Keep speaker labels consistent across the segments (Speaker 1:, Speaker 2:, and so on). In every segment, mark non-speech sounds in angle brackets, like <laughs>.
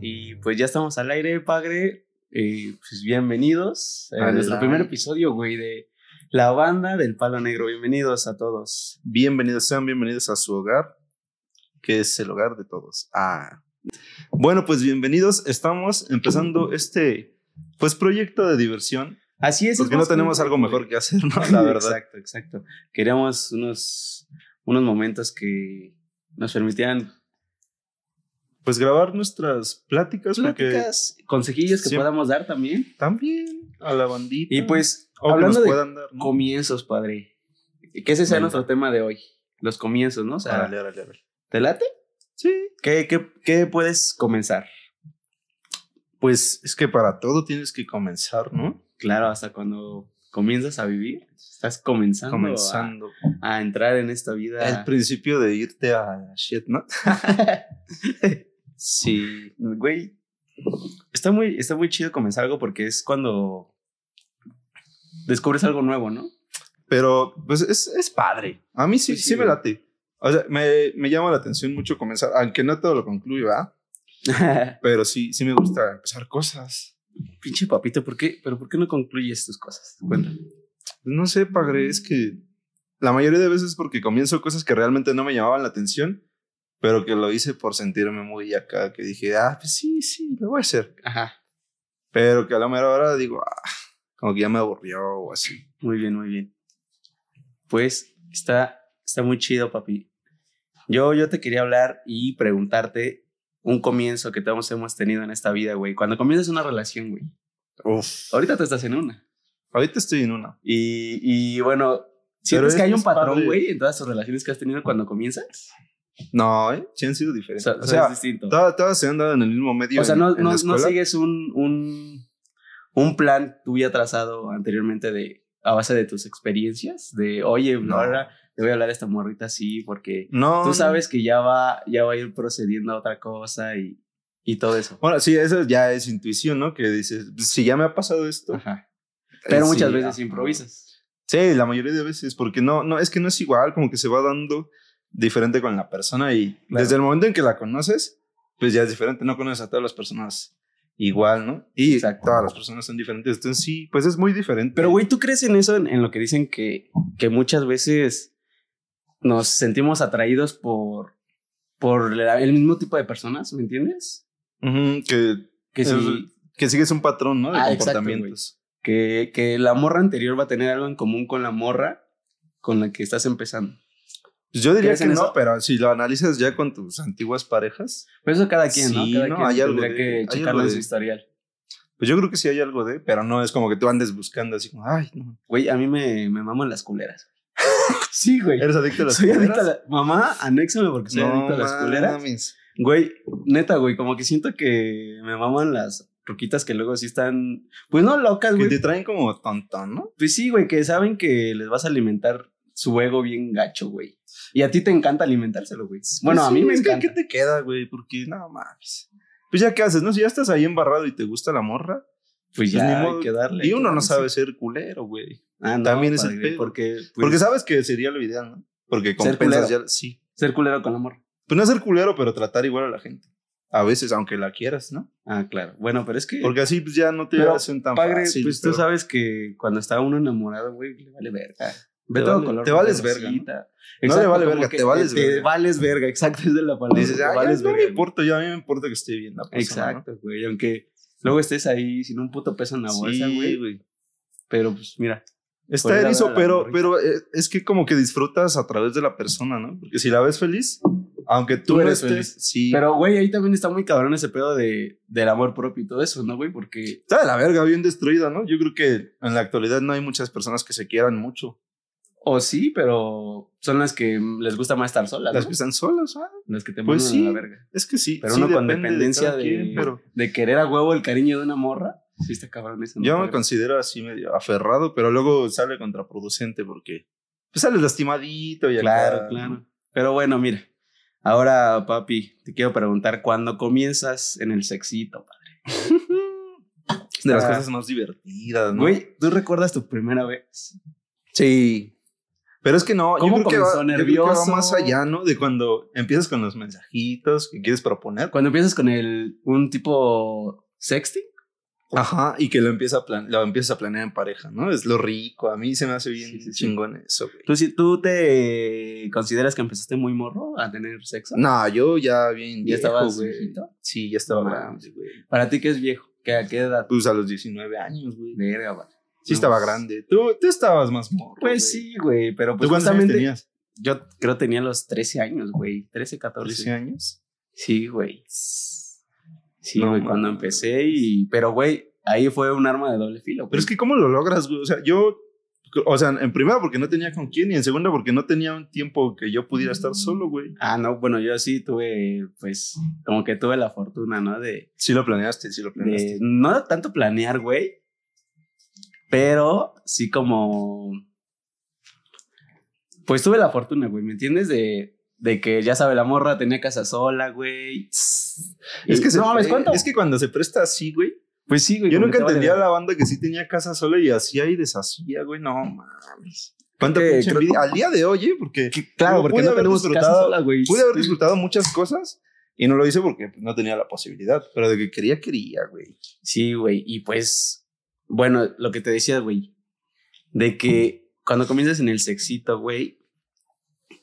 Speaker 1: Y pues ya estamos al aire, padre. Eh, pues bienvenidos a
Speaker 2: Al
Speaker 1: nuestro primer
Speaker 2: aire.
Speaker 1: episodio, güey, de la banda del Palo Negro. Bienvenidos a todos.
Speaker 2: Bienvenidos sean, bienvenidos a su hogar, que es el hogar de todos. Ah. Bueno, pues bienvenidos. Estamos empezando este pues proyecto de diversión,
Speaker 1: Así es.
Speaker 2: porque no tenemos algo mejor que hacer, ¿no?
Speaker 1: <laughs>
Speaker 2: La verdad.
Speaker 1: Exacto, exacto. Queríamos unos, unos momentos que nos permitieran
Speaker 2: Pues grabar nuestras pláticas,
Speaker 1: pláticas, consejillos que
Speaker 2: Sí.
Speaker 1: podamos dar también.
Speaker 2: porque también a la bandita.
Speaker 1: Y pues,
Speaker 2: Ah, o que
Speaker 1: hablando
Speaker 2: nos
Speaker 1: de
Speaker 2: puedan dar, ¿no?
Speaker 1: comienzos, padre. Que ese sea
Speaker 2: Venga.
Speaker 1: nuestro tema de hoy. Los comienzos, ¿no? O sea,
Speaker 2: Órale, órale, órale.
Speaker 1: ¿te late?
Speaker 2: Sí.
Speaker 1: ¿Qué, qué, qué puedes comenzar?
Speaker 2: Pues es que para todo tienes que comenzar, ¿no?
Speaker 1: Claro, hasta cuando comienzas a vivir, estás comenzando, a-
Speaker 2: Comenzando.
Speaker 1: A, entrar en esta vida. <laughs>
Speaker 2: El principio de irte a shit, ¿no?
Speaker 1: sí, güey. Está muy, está muy chido comenzar algo porque es cuando descubres algo nuevo, ¿no?
Speaker 2: Pero, pues, es, es padre. A mí sí,
Speaker 1: Pues sí,
Speaker 2: sí, me
Speaker 1: güey.
Speaker 2: late. O sea, me, me llama la atención mucho comenzar, aunque no todo lo concluyo, ¿verdad? Pero sí, sí me gusta empezar cosas.
Speaker 1: <laughs> Pinche papito, ¿por qué? ¿Pero por qué no concluyes tus cosas? Cuéntame.
Speaker 2: Pues, No sé, padre, es que la mayoría de veces porque comienzo cosas que realmente no me llamaban la atención, pero que lo hice por sentirme muy acá, que dije, ah, pues sí, sí, lo voy a hacer.
Speaker 1: Ajá.
Speaker 2: Pero que a la mera hora digo, ah, como que ya me aburrió o así.
Speaker 1: Muy bien, muy bien. Pues está, está muy chido, papi. Yo, yo te quería hablar y preguntarte un comienzo que todos hemos tenido en esta vida, güey. Cuando comienzas una relación, güey.
Speaker 2: Uf.
Speaker 1: Ahorita tú estás en una.
Speaker 2: Ahorita estoy en una.
Speaker 1: Y, y, bueno,
Speaker 2: Pero
Speaker 1: ¿sientes
Speaker 2: es
Speaker 1: que hay
Speaker 2: que
Speaker 1: un
Speaker 2: es
Speaker 1: patrón,
Speaker 2: padre.
Speaker 1: güey, en todas tus relaciones que has tenido cuando comienzas?
Speaker 2: No, ¿eh? Sí han sido
Speaker 1: O
Speaker 2: diferentes.
Speaker 1: sea,
Speaker 2: o sea,
Speaker 1: es distinto.
Speaker 2: todas, todas se han dado en el mismo medio.
Speaker 1: o sea,
Speaker 2: en-
Speaker 1: no,
Speaker 2: en
Speaker 1: no,
Speaker 2: la
Speaker 1: no
Speaker 2: escuela.
Speaker 1: sigues un, un, un plan tú ya trazado anteriormente de, a base de tus experiencias, de, oye,
Speaker 2: No.
Speaker 1: ahora te voy a hablar a esta morrita así porque
Speaker 2: No.
Speaker 1: tú
Speaker 2: no.
Speaker 1: sabes que ya va, ya va a ir procediendo a otra cosa y, y todo eso.
Speaker 2: Bueno, sí, eso ya es intuición, ¿no? Que dices, si ya me ha pasado esto.
Speaker 1: Ajá. Ah, Pero
Speaker 2: eh,
Speaker 1: muchas
Speaker 2: sí,
Speaker 1: veces
Speaker 2: ajá.
Speaker 1: improvisas.
Speaker 2: Sí, la mayoría de veces, porque no, no, es que no es igual, como que se va dando diferente con la persona y
Speaker 1: Claro.
Speaker 2: desde el momento en que la conoces, pues ya es diferente, no conoces a todas las personas igual, ¿no? Y
Speaker 1: Exacto.
Speaker 2: todas las personas son diferentes, entonces sí, pues es muy diferente.
Speaker 1: Pero, güey, ¿tú crees en eso, en, en lo que dicen que, que muchas veces nos sentimos atraídos por, por la- el mismo tipo de personas, ¿me entiendes?
Speaker 2: Ujú, que,
Speaker 1: Que,
Speaker 2: Es-
Speaker 1: si,
Speaker 2: que sigues un patrón, ¿no? De
Speaker 1: Ah, exacto,
Speaker 2: comportamientos.
Speaker 1: que, que la morra anterior va a tener algo en común con la morra con la que estás empezando.
Speaker 2: Pues yo diría
Speaker 1: ¿Crees
Speaker 2: que
Speaker 1: en
Speaker 2: no,
Speaker 1: eso?
Speaker 2: pero si lo analizas ya con tus antiguas parejas,
Speaker 1: Pero eso cada quien,
Speaker 2: Sí,
Speaker 1: ¿no? Cada
Speaker 2: no,
Speaker 1: quien
Speaker 2: hay algo
Speaker 1: tendría
Speaker 2: de- hay
Speaker 1: que
Speaker 2: algo
Speaker 1: checarlo en
Speaker 2: de-
Speaker 1: su historial.
Speaker 2: pues yo creo que sí hay algo de, pero no es como que tú andes buscando así como, ay, no,
Speaker 1: Güey, a mí me, me maman las culeras. <laughs> sí, güey.
Speaker 2: <laughs> ¿Eres adicto a las
Speaker 1: Soy adicto a
Speaker 2: culeras?
Speaker 1: la... Mamá, anéxame porque soy adicto a las culeras.
Speaker 2: mames.
Speaker 1: Güey, neta, güey, como que siento que me maman las roquitas que luego sí están, pues no locas,
Speaker 2: Que
Speaker 1: güey.
Speaker 2: te traen como tonto, ¿no?
Speaker 1: Pues sí, güey, que saben que les vas a alimentar su ego bien gacho, güey. Y a ti te encanta alimentárselo, güey. Bueno,
Speaker 2: Pues
Speaker 1: a mí
Speaker 2: sí,
Speaker 1: me
Speaker 2: es que,
Speaker 1: encanta.
Speaker 2: ¿Qué te queda, güey? Porque no mames. Pues ya qué haces, ¿no? Si ya estás ahí embarrado y te gusta la morra,
Speaker 1: Pues
Speaker 2: pues
Speaker 1: ya
Speaker 2: ni
Speaker 1: hay
Speaker 2: modo.
Speaker 1: que darle. hay
Speaker 2: y
Speaker 1: que
Speaker 2: uno no
Speaker 1: darle, sí.
Speaker 2: sabe ser culero, güey.
Speaker 1: Ah, no,
Speaker 2: También es
Speaker 1: padre,
Speaker 2: el
Speaker 1: güey,
Speaker 2: pedo.
Speaker 1: Porque, pues,
Speaker 2: Porque sabes que sería lo ideal, ¿no? Porque
Speaker 1: Ser
Speaker 2: compensas
Speaker 1: culero.
Speaker 2: ya. Sí.
Speaker 1: ser culero con amor.
Speaker 2: Pues no ser culero, pero tratar igual a la gente. A veces, aunque la quieras, ¿no?
Speaker 1: Ah, claro. Bueno, pero es que...
Speaker 2: Porque así pues ya no te
Speaker 1: Pero,
Speaker 2: hacen tan
Speaker 1: padre,
Speaker 2: fácil.
Speaker 1: pues
Speaker 2: pero-
Speaker 1: tú sabes que cuando está uno enamorado, güey, le vale verga. Ve
Speaker 2: Te
Speaker 1: todo
Speaker 2: vale-
Speaker 1: color
Speaker 2: te
Speaker 1: de
Speaker 2: vales verga,
Speaker 1: rosita.
Speaker 2: le
Speaker 1: Exacto,
Speaker 2: vale
Speaker 1: como
Speaker 2: verga,
Speaker 1: que
Speaker 2: te vales
Speaker 1: Te
Speaker 2: verga.
Speaker 1: vales verga, exacto, esa es la palabra.
Speaker 2: Dices,
Speaker 1: te
Speaker 2: "Ay,
Speaker 1: vales
Speaker 2: no me
Speaker 1: verga".
Speaker 2: importa, ya a mí me importa que esté bien la persona.
Speaker 1: Exacto, güey. Aunque luego estés ahí sin un puto peso en
Speaker 2: ¿no?
Speaker 1: la
Speaker 2: Sí,
Speaker 1: bolsa, güey.
Speaker 2: güey.
Speaker 1: pero pues mira, Por
Speaker 2: Está
Speaker 1: ir a ver
Speaker 2: erizo,
Speaker 1: a la
Speaker 2: pero,
Speaker 1: morrita.
Speaker 2: pero eh, es que como que disfrutas a través de la persona, ¿no? Porque si la ves feliz, aunque
Speaker 1: Tú
Speaker 2: tú, no
Speaker 1: eres
Speaker 2: estés-
Speaker 1: feliz.
Speaker 2: Sí.
Speaker 1: pero güey, ahí también está muy cabrón ese pedo de, del amor propio y todo eso, ¿no, güey? Porque
Speaker 2: está de la verga, bien destruida, ¿no? Yo creo que en la actualidad no hay muchas personas que se quieran mucho.
Speaker 1: o sí, pero son las que mm, les gusta más estar solas,
Speaker 2: Las
Speaker 1: ¿no?
Speaker 2: que están solas, ¿ah?
Speaker 1: las que te
Speaker 2: Pues
Speaker 1: mandan a
Speaker 2: sí,
Speaker 1: la verga.
Speaker 2: Es que sí.
Speaker 1: Pero
Speaker 2: sí
Speaker 1: uno con
Speaker 2: depende de
Speaker 1: dependencia
Speaker 2: cada
Speaker 1: de,
Speaker 2: quien, pero
Speaker 1: de querer a huevo el cariño de una morra, sí está cabrón eso. ¿no?
Speaker 2: yo me
Speaker 1: Pero-
Speaker 2: considero así medio aferrado, pero luego sale contraproducente porque pues sales lastimadito y acá,
Speaker 1: Claro,
Speaker 2: ¿no?
Speaker 1: claro. Pero bueno, mira. Ahora, papi, te quiero preguntar, ¿cuándo comienzas en el sexito, padre?
Speaker 2: <laughs> De las
Speaker 1: Está-
Speaker 2: cosas más divertidas, ¿no?
Speaker 1: Güey, ¿tú recuerdas tu primera vez?
Speaker 2: Sí. Pero es que no,
Speaker 1: ¿Cómo
Speaker 2: yo, creo que va,
Speaker 1: comenzó?
Speaker 2: yo creo que va
Speaker 1: ¿Nervioso?
Speaker 2: más allá, ¿no? De cuando empiezas con los mensajitos que quieres proponer.
Speaker 1: Cuando empiezas con el, un tipo sexting,
Speaker 2: Ajá, y que lo, empieza a plan lo empiezas a planear en pareja, ¿no? Es lo rico. A mí se me hace bien
Speaker 1: Sí, sí, sí.
Speaker 2: chingón eso, güey.
Speaker 1: ¿tú, si, ¿tú te consideras que empezaste muy morro a tener sexo?
Speaker 2: No, yo ya bien.
Speaker 1: ¿Ya estabas
Speaker 2: güey.
Speaker 1: viejito?
Speaker 2: Sí, ya estaba
Speaker 1: No
Speaker 2: grande, güey.
Speaker 1: ¿Para ti qué es viejo? ¿Qué, ¿A qué edad?
Speaker 2: Pues a los 19 años, güey.
Speaker 1: Verga, va.
Speaker 2: Sí,
Speaker 1: No,
Speaker 2: estaba
Speaker 1: pues-
Speaker 2: grande. Tú, tú estabas más morro. güey.
Speaker 1: Pues sí, güey, pero
Speaker 2: ¿Tú
Speaker 1: pues
Speaker 2: cuántos años
Speaker 1: justamente
Speaker 2: tenías?
Speaker 1: yo creo tenía los 13 años, güey, 13, 14.
Speaker 2: 13 años.
Speaker 1: Sí, güey. Sí,
Speaker 2: No
Speaker 1: güey, cuando
Speaker 2: mames.
Speaker 1: empecé y... Pero, güey, ahí fue un arma de doble filo.
Speaker 2: Pero es que, ¿cómo lo logras, güey? O sea, yo. O sea, en primera porque no tenía con quién y en segunda porque no tenía un tiempo que yo pudiera estar solo, güey.
Speaker 1: Ah, no, bueno, yo sí tuve, pues, como que tuve la fortuna, ¿no? De,
Speaker 2: Sí lo planeaste, sí lo planeaste.
Speaker 1: de no tanto planear, güey, pero sí como... Pues tuve la fortuna, güey, ¿me entiendes? De, de que, ya sabe, la morra tenía casa sola, güey.
Speaker 2: es que se- eh,
Speaker 1: no, mames, ¿cuánto?
Speaker 2: Es que cuando se presta así, güey.
Speaker 1: Pues sí, güey.
Speaker 2: Yo
Speaker 1: como
Speaker 2: nunca
Speaker 1: que te
Speaker 2: entendía
Speaker 1: vale
Speaker 2: la banda que sí tenía casa sola y hacía y deshacía, güey. No mames. ¿Cuánta
Speaker 1: que
Speaker 2: pinche
Speaker 1: creo-
Speaker 2: envidia? Al día de hoy, ¿eh? Porque
Speaker 1: Que- Claro,
Speaker 2: Yo
Speaker 1: porque
Speaker 2: pude
Speaker 1: no
Speaker 2: haber
Speaker 1: tenemos casa
Speaker 2: disfrutado-
Speaker 1: sola, güey.
Speaker 2: pude haber disfrutado muchas cosas y no lo hice porque pues, no tenía la posibilidad. Pero de que quería, quería, güey.
Speaker 1: Sí, güey. Y pues, bueno, lo que te decía, güey, de que cuando comienzas en el sexito, güey,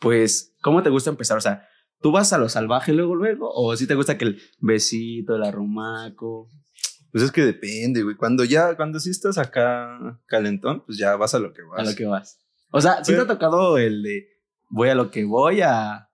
Speaker 1: pues, ¿cómo te gusta empezar? O sea, ¿tú vas a lo salvaje luego, luego? ¿O si te gusta que el besito, el arrumaco?
Speaker 2: Pues es que depende, güey. Cuando ya, cuando sí estás acá calentón, pues ya vas a lo que vas.
Speaker 1: A lo que vas. O sea, ¿sí
Speaker 2: Pero-
Speaker 1: te ha tocado el de voy a lo que voy a, a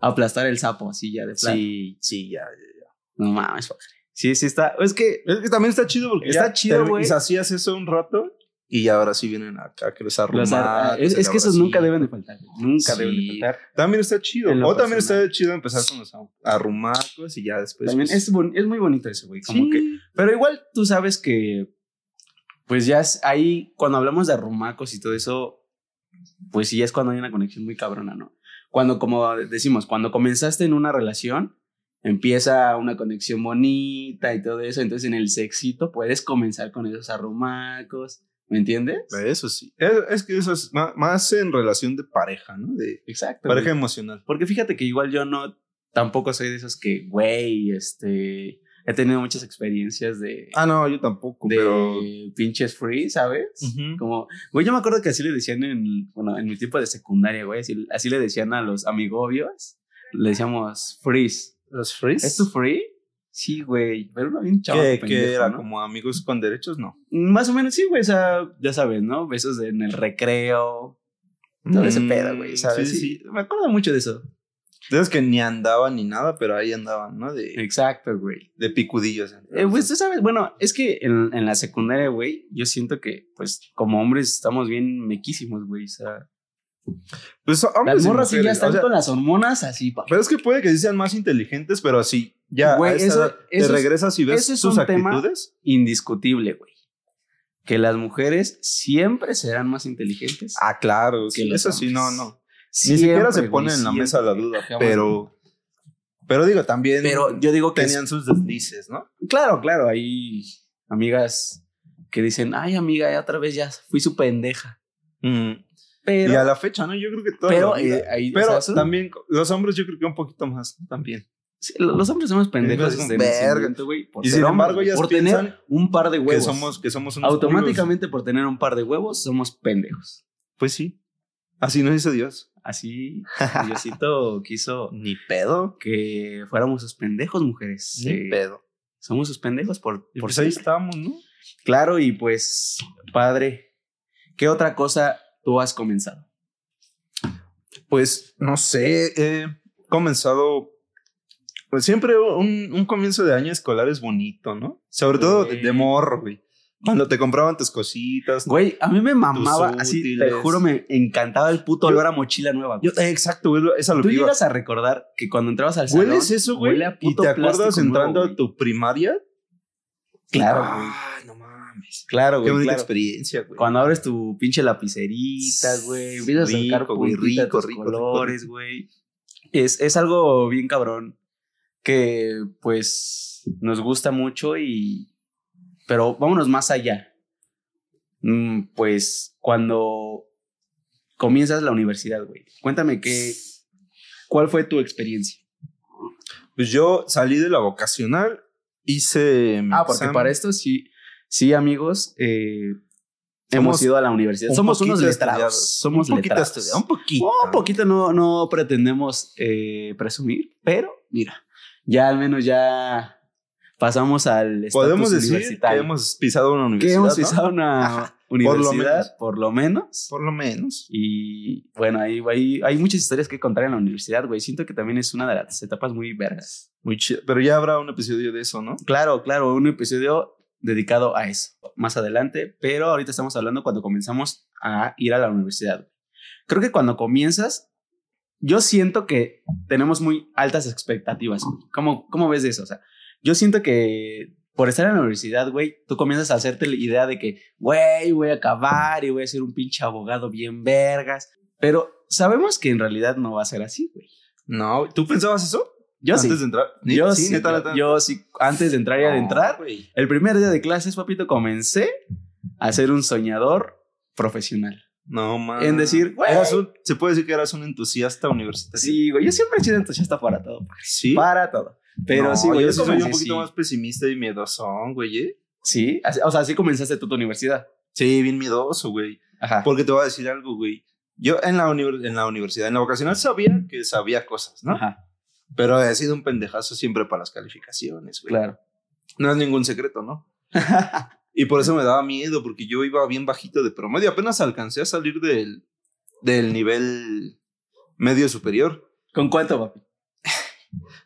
Speaker 1: aplastar el sapo? Así ya de plan.
Speaker 2: Sí, sí, ya. ya, ya.
Speaker 1: No mames, padre. Sí, sí está. Es que
Speaker 2: Es que también está chido porque
Speaker 1: Está
Speaker 2: ya
Speaker 1: chido,
Speaker 2: termi-
Speaker 1: güey.
Speaker 2: o sea, hacías eso un rato y ya ahora sí vienen acá que los arrumas.
Speaker 1: los ar- es, es que esos nunca deben de faltar. güey. Nunca
Speaker 2: Sí.
Speaker 1: deben de faltar.
Speaker 2: También está chido.
Speaker 1: En lo
Speaker 2: O también
Speaker 1: personal.
Speaker 2: está chido empezar con los arrumacos y ya después.
Speaker 1: También
Speaker 2: pues,
Speaker 1: es, bon- es muy bonito eso, güey. Como
Speaker 2: sí.
Speaker 1: que Pero igual tú sabes que, pues ya es ahí, cuando hablamos de arrumacos y todo eso, pues sí, ya es cuando hay una conexión muy cabrona, ¿no? Cuando, como decimos, cuando comenzaste en una relación, empieza una conexión bonita y todo eso, entonces en el sexito puedes comenzar con esos arrumacos, ¿me entiendes?
Speaker 2: Eso sí. Es, es que eso es ma- más, en relación de pareja, ¿no? De
Speaker 1: Exacto.
Speaker 2: pareja
Speaker 1: güey.
Speaker 2: emocional.
Speaker 1: Porque fíjate que igual yo no, tampoco soy de esos que, güey, este, he tenido muchas experiencias de...
Speaker 2: Ah, no, yo tampoco,
Speaker 1: de
Speaker 2: pero.
Speaker 1: pinches free, ¿sabes?
Speaker 2: Ujú.
Speaker 1: <laughs> Como, güey, yo me acuerdo que así le decían en, bueno, en mi tiempo de secundaria, güey, así, así le decían a los amigobios, le decíamos freeze.
Speaker 2: ¿Los frizz?
Speaker 1: ¿Es tu free? Sí, güey, pero era bien chavo.
Speaker 2: ¿Qué,
Speaker 1: pendejo,
Speaker 2: era?
Speaker 1: ¿no?
Speaker 2: ¿Como amigos con derechos? No.
Speaker 1: Más o menos sí, güey, o sea, ya sabes, ¿no? Besos en el recreo, todo ese
Speaker 2: Mm,
Speaker 1: pedo, güey, ¿sabes?
Speaker 2: Sí, sí.
Speaker 1: Sí, me acuerdo mucho de eso.
Speaker 2: De esos que ni andaban ni nada, pero ahí andaban, ¿no? De,
Speaker 1: Exacto, güey.
Speaker 2: de picudillos.
Speaker 1: Eh, pues tú sabes, bueno, es que en, en la secundaria, güey, yo siento que, pues, como hombres estamos bien mequísimos, güey, o sea,
Speaker 2: Pues hombres
Speaker 1: las
Speaker 2: y
Speaker 1: morras sí ya
Speaker 2: mujeres,
Speaker 1: están
Speaker 2: o sea,
Speaker 1: con las hormonas así, papá.
Speaker 2: Pero es que puede que sí sean más inteligentes, pero así, ya
Speaker 1: Güey,
Speaker 2: a esa
Speaker 1: eso-
Speaker 2: edad te
Speaker 1: eso es-
Speaker 2: regresas y ves
Speaker 1: ese es
Speaker 2: sus
Speaker 1: un tema-
Speaker 2: actitudes.
Speaker 1: indiscutible, güey. Que las mujeres siempre serán más inteligentes.
Speaker 2: Ah, claro. sí,
Speaker 1: Que los
Speaker 2: eso sí, no,
Speaker 1: hombres.
Speaker 2: no. Ni siquiera se pone en la mesa la duda, pero... Pero digo, también
Speaker 1: Pero yo digo que... es-
Speaker 2: tenían sus deslices, ¿no?
Speaker 1: claro, claro, hay amigas que dicen, ay, amiga, ya otra vez ya fui su pendeja. Pero,
Speaker 2: Mm, y a la fecha, ¿no? Yo creo que todo.
Speaker 1: pero, eh, ahí- o
Speaker 2: pero
Speaker 1: sea, son-
Speaker 2: también los hombres yo creo que un poquito más ¿no? también.
Speaker 1: sí, lo- los hombres somos pendejos
Speaker 2: Ellos son
Speaker 1: desde
Speaker 2: verga.
Speaker 1: nacimiento, güey. por
Speaker 2: Y
Speaker 1: ser
Speaker 2: sin
Speaker 1: hombres,
Speaker 2: embargo,
Speaker 1: güey,
Speaker 2: ellas
Speaker 1: Por
Speaker 2: piensan
Speaker 1: tener un par de
Speaker 2: Que
Speaker 1: huevos.
Speaker 2: somos, que somos unos
Speaker 1: Automáticamente por tener un par de huevos somos pendejos.
Speaker 2: culos. Pues sí. Así nos hizo Dios. <laughs>
Speaker 1: Así Diosito quiso
Speaker 2: Ni pedo.
Speaker 1: que fuéramos sus pendejos, mujeres. Eh,
Speaker 2: Ni pedo.
Speaker 1: Somos sus pendejos por,
Speaker 2: Y
Speaker 1: por
Speaker 2: pues ahí
Speaker 1: siempre.
Speaker 2: estamos, ¿no?
Speaker 1: Claro, y pues, padre, ¿qué otra cosa tú has comenzado?
Speaker 2: Pues no sé, he comenzado. Pues siempre un, un comienzo de año escolar es bonito, ¿no? Sobre todo de, de
Speaker 1: Güey.
Speaker 2: morro, güey. Cuando te compraban tus cositas.
Speaker 1: Güey, a mí me mamaba,
Speaker 2: Tus
Speaker 1: así, te
Speaker 2: útiles.
Speaker 1: juro, me encantaba el puto
Speaker 2: Yo-
Speaker 1: olor a mochila nueva.
Speaker 2: Yo-
Speaker 1: güey.
Speaker 2: eh, exacto, güey. Es a lo
Speaker 1: Tú
Speaker 2: que iba.
Speaker 1: llegas a recordar que cuando entrabas al salón...
Speaker 2: Hueles eso, güey.
Speaker 1: huele a
Speaker 2: Y
Speaker 1: puto
Speaker 2: te acuerdas
Speaker 1: plástico
Speaker 2: entrando
Speaker 1: nuevo,
Speaker 2: a tu primaria.
Speaker 1: Claro, güey.
Speaker 2: Ah, no mames.
Speaker 1: Claro,
Speaker 2: Qué
Speaker 1: güey,
Speaker 2: bonita
Speaker 1: claro.
Speaker 2: experiencia, güey.
Speaker 1: Cuando abres tu pinche lapicerita, güey, empiezas a sacar
Speaker 2: Rico, güey,
Speaker 1: puntita
Speaker 2: rico,
Speaker 1: tus
Speaker 2: rico, rico,
Speaker 1: colores, güey. Es, es algo bien cabrón que, pues, nos gusta mucho y... Pero vámonos más allá. Mm, pues, cuando comienzas la universidad, güey. Cuéntame qué, cuál fue tu experiencia.
Speaker 2: Pues yo salí de la vocacional, hice. mi
Speaker 1: Ah, porque
Speaker 2: examen.
Speaker 1: para esto sí, sí, amigos, eh, hemos
Speaker 2: Somos
Speaker 1: ido a la universidad.
Speaker 2: un
Speaker 1: Somos unos
Speaker 2: poquito
Speaker 1: letrados.
Speaker 2: estudiados,
Speaker 1: Somos
Speaker 2: un poquito
Speaker 1: letrados.
Speaker 2: estudiado, un poquito.
Speaker 1: Un Oh, poquito no, no pretendemos eh, presumir, pero mira, ya al menos ya pasamos al estatus
Speaker 2: Podemos decir que
Speaker 1: universitario.
Speaker 2: hemos pisado una
Speaker 1: que
Speaker 2: universidad.
Speaker 1: hemos
Speaker 2: ¿no?
Speaker 1: pisado una
Speaker 2: Ajá,
Speaker 1: universidad,
Speaker 2: lo menos.
Speaker 1: por lo menos.
Speaker 2: Por lo menos.
Speaker 1: Y bueno, ahí, ahí- hay muchas historias que contar en la universidad, güey. Siento que también es una de las etapas muy vergas.
Speaker 2: Muy chido. Pero ya habrá un episodio de eso, ¿no?
Speaker 1: Claro, claro, un episodio dedicado a eso más adelante, pero ahorita estamos hablando cuando comenzamos a ir a la universidad. Creo que cuando comienzas, yo siento que tenemos muy altas expectativas. güey. ¿Cómo, cómo ves de eso? O sea, yo siento que por estar en la universidad, güey, tú comienzas a hacerte la idea de que, güey, voy a acabar y voy a ser un pinche abogado bien vergas, pero sabemos que en realidad no va a ser así, güey.
Speaker 2: No. ¿Tú pensabas eso?
Speaker 1: Yo
Speaker 2: Antes
Speaker 1: sí.
Speaker 2: de entrar.
Speaker 1: Yo sí,
Speaker 2: neta,
Speaker 1: yo-
Speaker 2: neta.
Speaker 1: yo sí, antes de entrar y de entrar,
Speaker 2: No, güey.
Speaker 1: el primer día de clases, papito, comencé a ser un soñador profesional.
Speaker 2: No, man.
Speaker 1: En decir, güey.
Speaker 2: Eras un- se puede decir que eras un entusiasta universitario.
Speaker 1: Sí, güey, yo siempre he sido entusiasta para todo, pa-
Speaker 2: Sí.
Speaker 1: para todo. Pero
Speaker 2: No,
Speaker 1: sí, güey,
Speaker 2: Yo
Speaker 1: yo
Speaker 2: sí soy
Speaker 1: comencé,
Speaker 2: un poquito
Speaker 1: sí.
Speaker 2: más pesimista y miedosón, güey. ¿eh?
Speaker 1: Sí, así- o sea, así comenzaste tú tu universidad.
Speaker 2: Sí, bien miedoso, güey.
Speaker 1: Ajá.
Speaker 2: Porque te voy a decir algo, güey. Yo en la, univer- en la universidad, en la vocacional, sabía que sabía cosas, ¿no?
Speaker 1: Ajá,
Speaker 2: Pero he sido un pendejazo siempre para las calificaciones, güey.
Speaker 1: claro.
Speaker 2: No es ningún secreto,
Speaker 1: <laughs>
Speaker 2: ¿no? y por eso me daba miedo, porque yo iba bien bajito de promedio. Apenas alcancé a salir del, del nivel medio superior.
Speaker 1: ¿Con cuánto,
Speaker 2: <laughs>
Speaker 1: papi?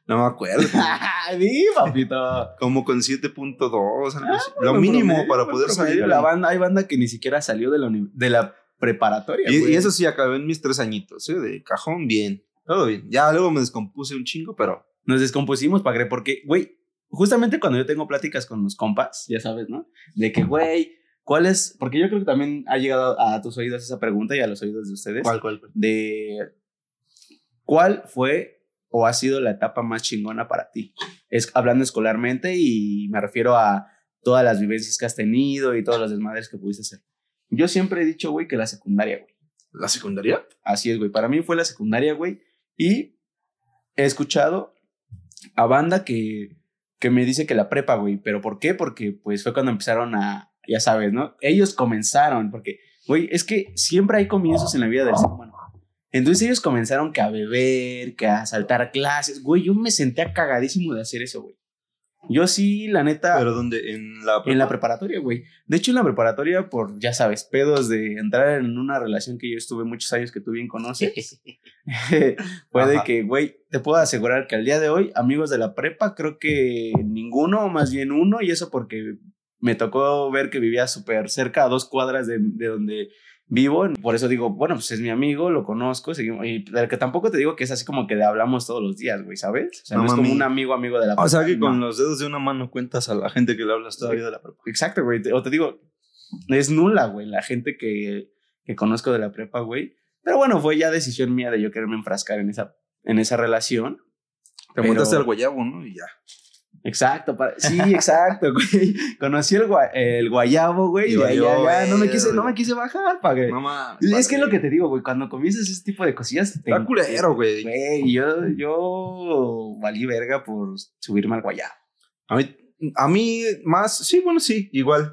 Speaker 2: No me acuerdo. <laughs>
Speaker 1: Di, papito.
Speaker 2: Como con 7.2, algo así.
Speaker 1: Ah, Bueno,
Speaker 2: lo mínimo
Speaker 1: promedio,
Speaker 2: para
Speaker 1: buen
Speaker 2: poder
Speaker 1: promedio.
Speaker 2: salir.
Speaker 1: La
Speaker 2: güey.
Speaker 1: banda, hay banda que ni siquiera salió de la, uni- de la preparatoria.
Speaker 2: Y,
Speaker 1: güey.
Speaker 2: y eso sí, acabé en mis tres añitos, ¿eh? De cajón, bien. Todo bien. Ya luego me descompuse un chingo, pero
Speaker 1: nos descompusimos, Pagre, porque, güey, justamente cuando yo tengo pláticas con los compas, ya sabes, ¿no? De que, güey, ¿cuál es? Porque yo creo que también ha llegado a tus oídos esa pregunta y a los oídos de ustedes.
Speaker 2: ¿Cuál, cuál, cuál?
Speaker 1: De cuál fue o ha sido la etapa más chingona para ti. Es, hablando escolarmente y me refiero a todas las vivencias que has tenido y todos los desmadres que pudiste hacer. Yo siempre he dicho, güey, que la secundaria, güey.
Speaker 2: ¿La secundaria?
Speaker 1: Así es, güey. Para mí fue la secundaria, güey. Y he escuchado a banda que, que me dice que la prepa, güey. ¿Pero por qué? Porque pues fue cuando empezaron a, ya sabes, ¿no? Ellos comenzaron, porque, güey, es que siempre hay comienzos en la vida del ser humano. Entonces ellos comenzaron que a beber, que a saltar clases. Güey, yo me sentía cagadísimo de hacer eso, güey. Yo sí, la neta...
Speaker 2: ¿Pero dónde? ¿En la
Speaker 1: En la preparatoria, güey. De hecho, en la preparatoria, por, ya sabes, pedos de entrar en una relación que yo estuve muchos años que tú bien conoces, <laughs> puede
Speaker 2: Ajá.
Speaker 1: que, güey, te puedo asegurar que al día de hoy, amigos de la prepa, creo que ninguno, o más bien uno, y eso porque me tocó ver que vivía súper cerca, a dos cuadras de, de donde vivo. Por eso digo, bueno, pues es mi amigo, lo conozco, seguimos. Y pero que tampoco te digo que es así como que le hablamos todos los días, güey, ¿sabes? O sea, no,
Speaker 2: No
Speaker 1: es como
Speaker 2: mami.
Speaker 1: un amigo, amigo de la <laughs>
Speaker 2: O sea que
Speaker 1: no.
Speaker 2: con los dedos de una mano cuentas a la gente que le hablas todavía de la prepa.
Speaker 1: Exacto, güey. Te- O te digo, es nula, güey, la gente que, que conozco de la prepa, güey. Pero bueno, fue ya decisión mía de yo quererme enfrascar en esa, en esa relación.
Speaker 2: Te
Speaker 1: Pero-
Speaker 2: montaste al guayabo, ¿no? Y ya.
Speaker 1: Exacto, para- sí, exacto, <laughs> güey. Conocí el, gua- el guayabo, güey,
Speaker 2: Y
Speaker 1: y de ahí
Speaker 2: valió
Speaker 1: a allá no me quise,
Speaker 2: verga.
Speaker 1: no me quise bajar, padre.
Speaker 2: Mamá.
Speaker 1: es que es lo que te digo, güey, cuando comienzas ese tipo de cosillas, te
Speaker 2: Está culero, güey.
Speaker 1: Güey, yo, yo valí verga por subirme al guayabo.
Speaker 2: A mí, a mí más, sí, bueno, sí, igual.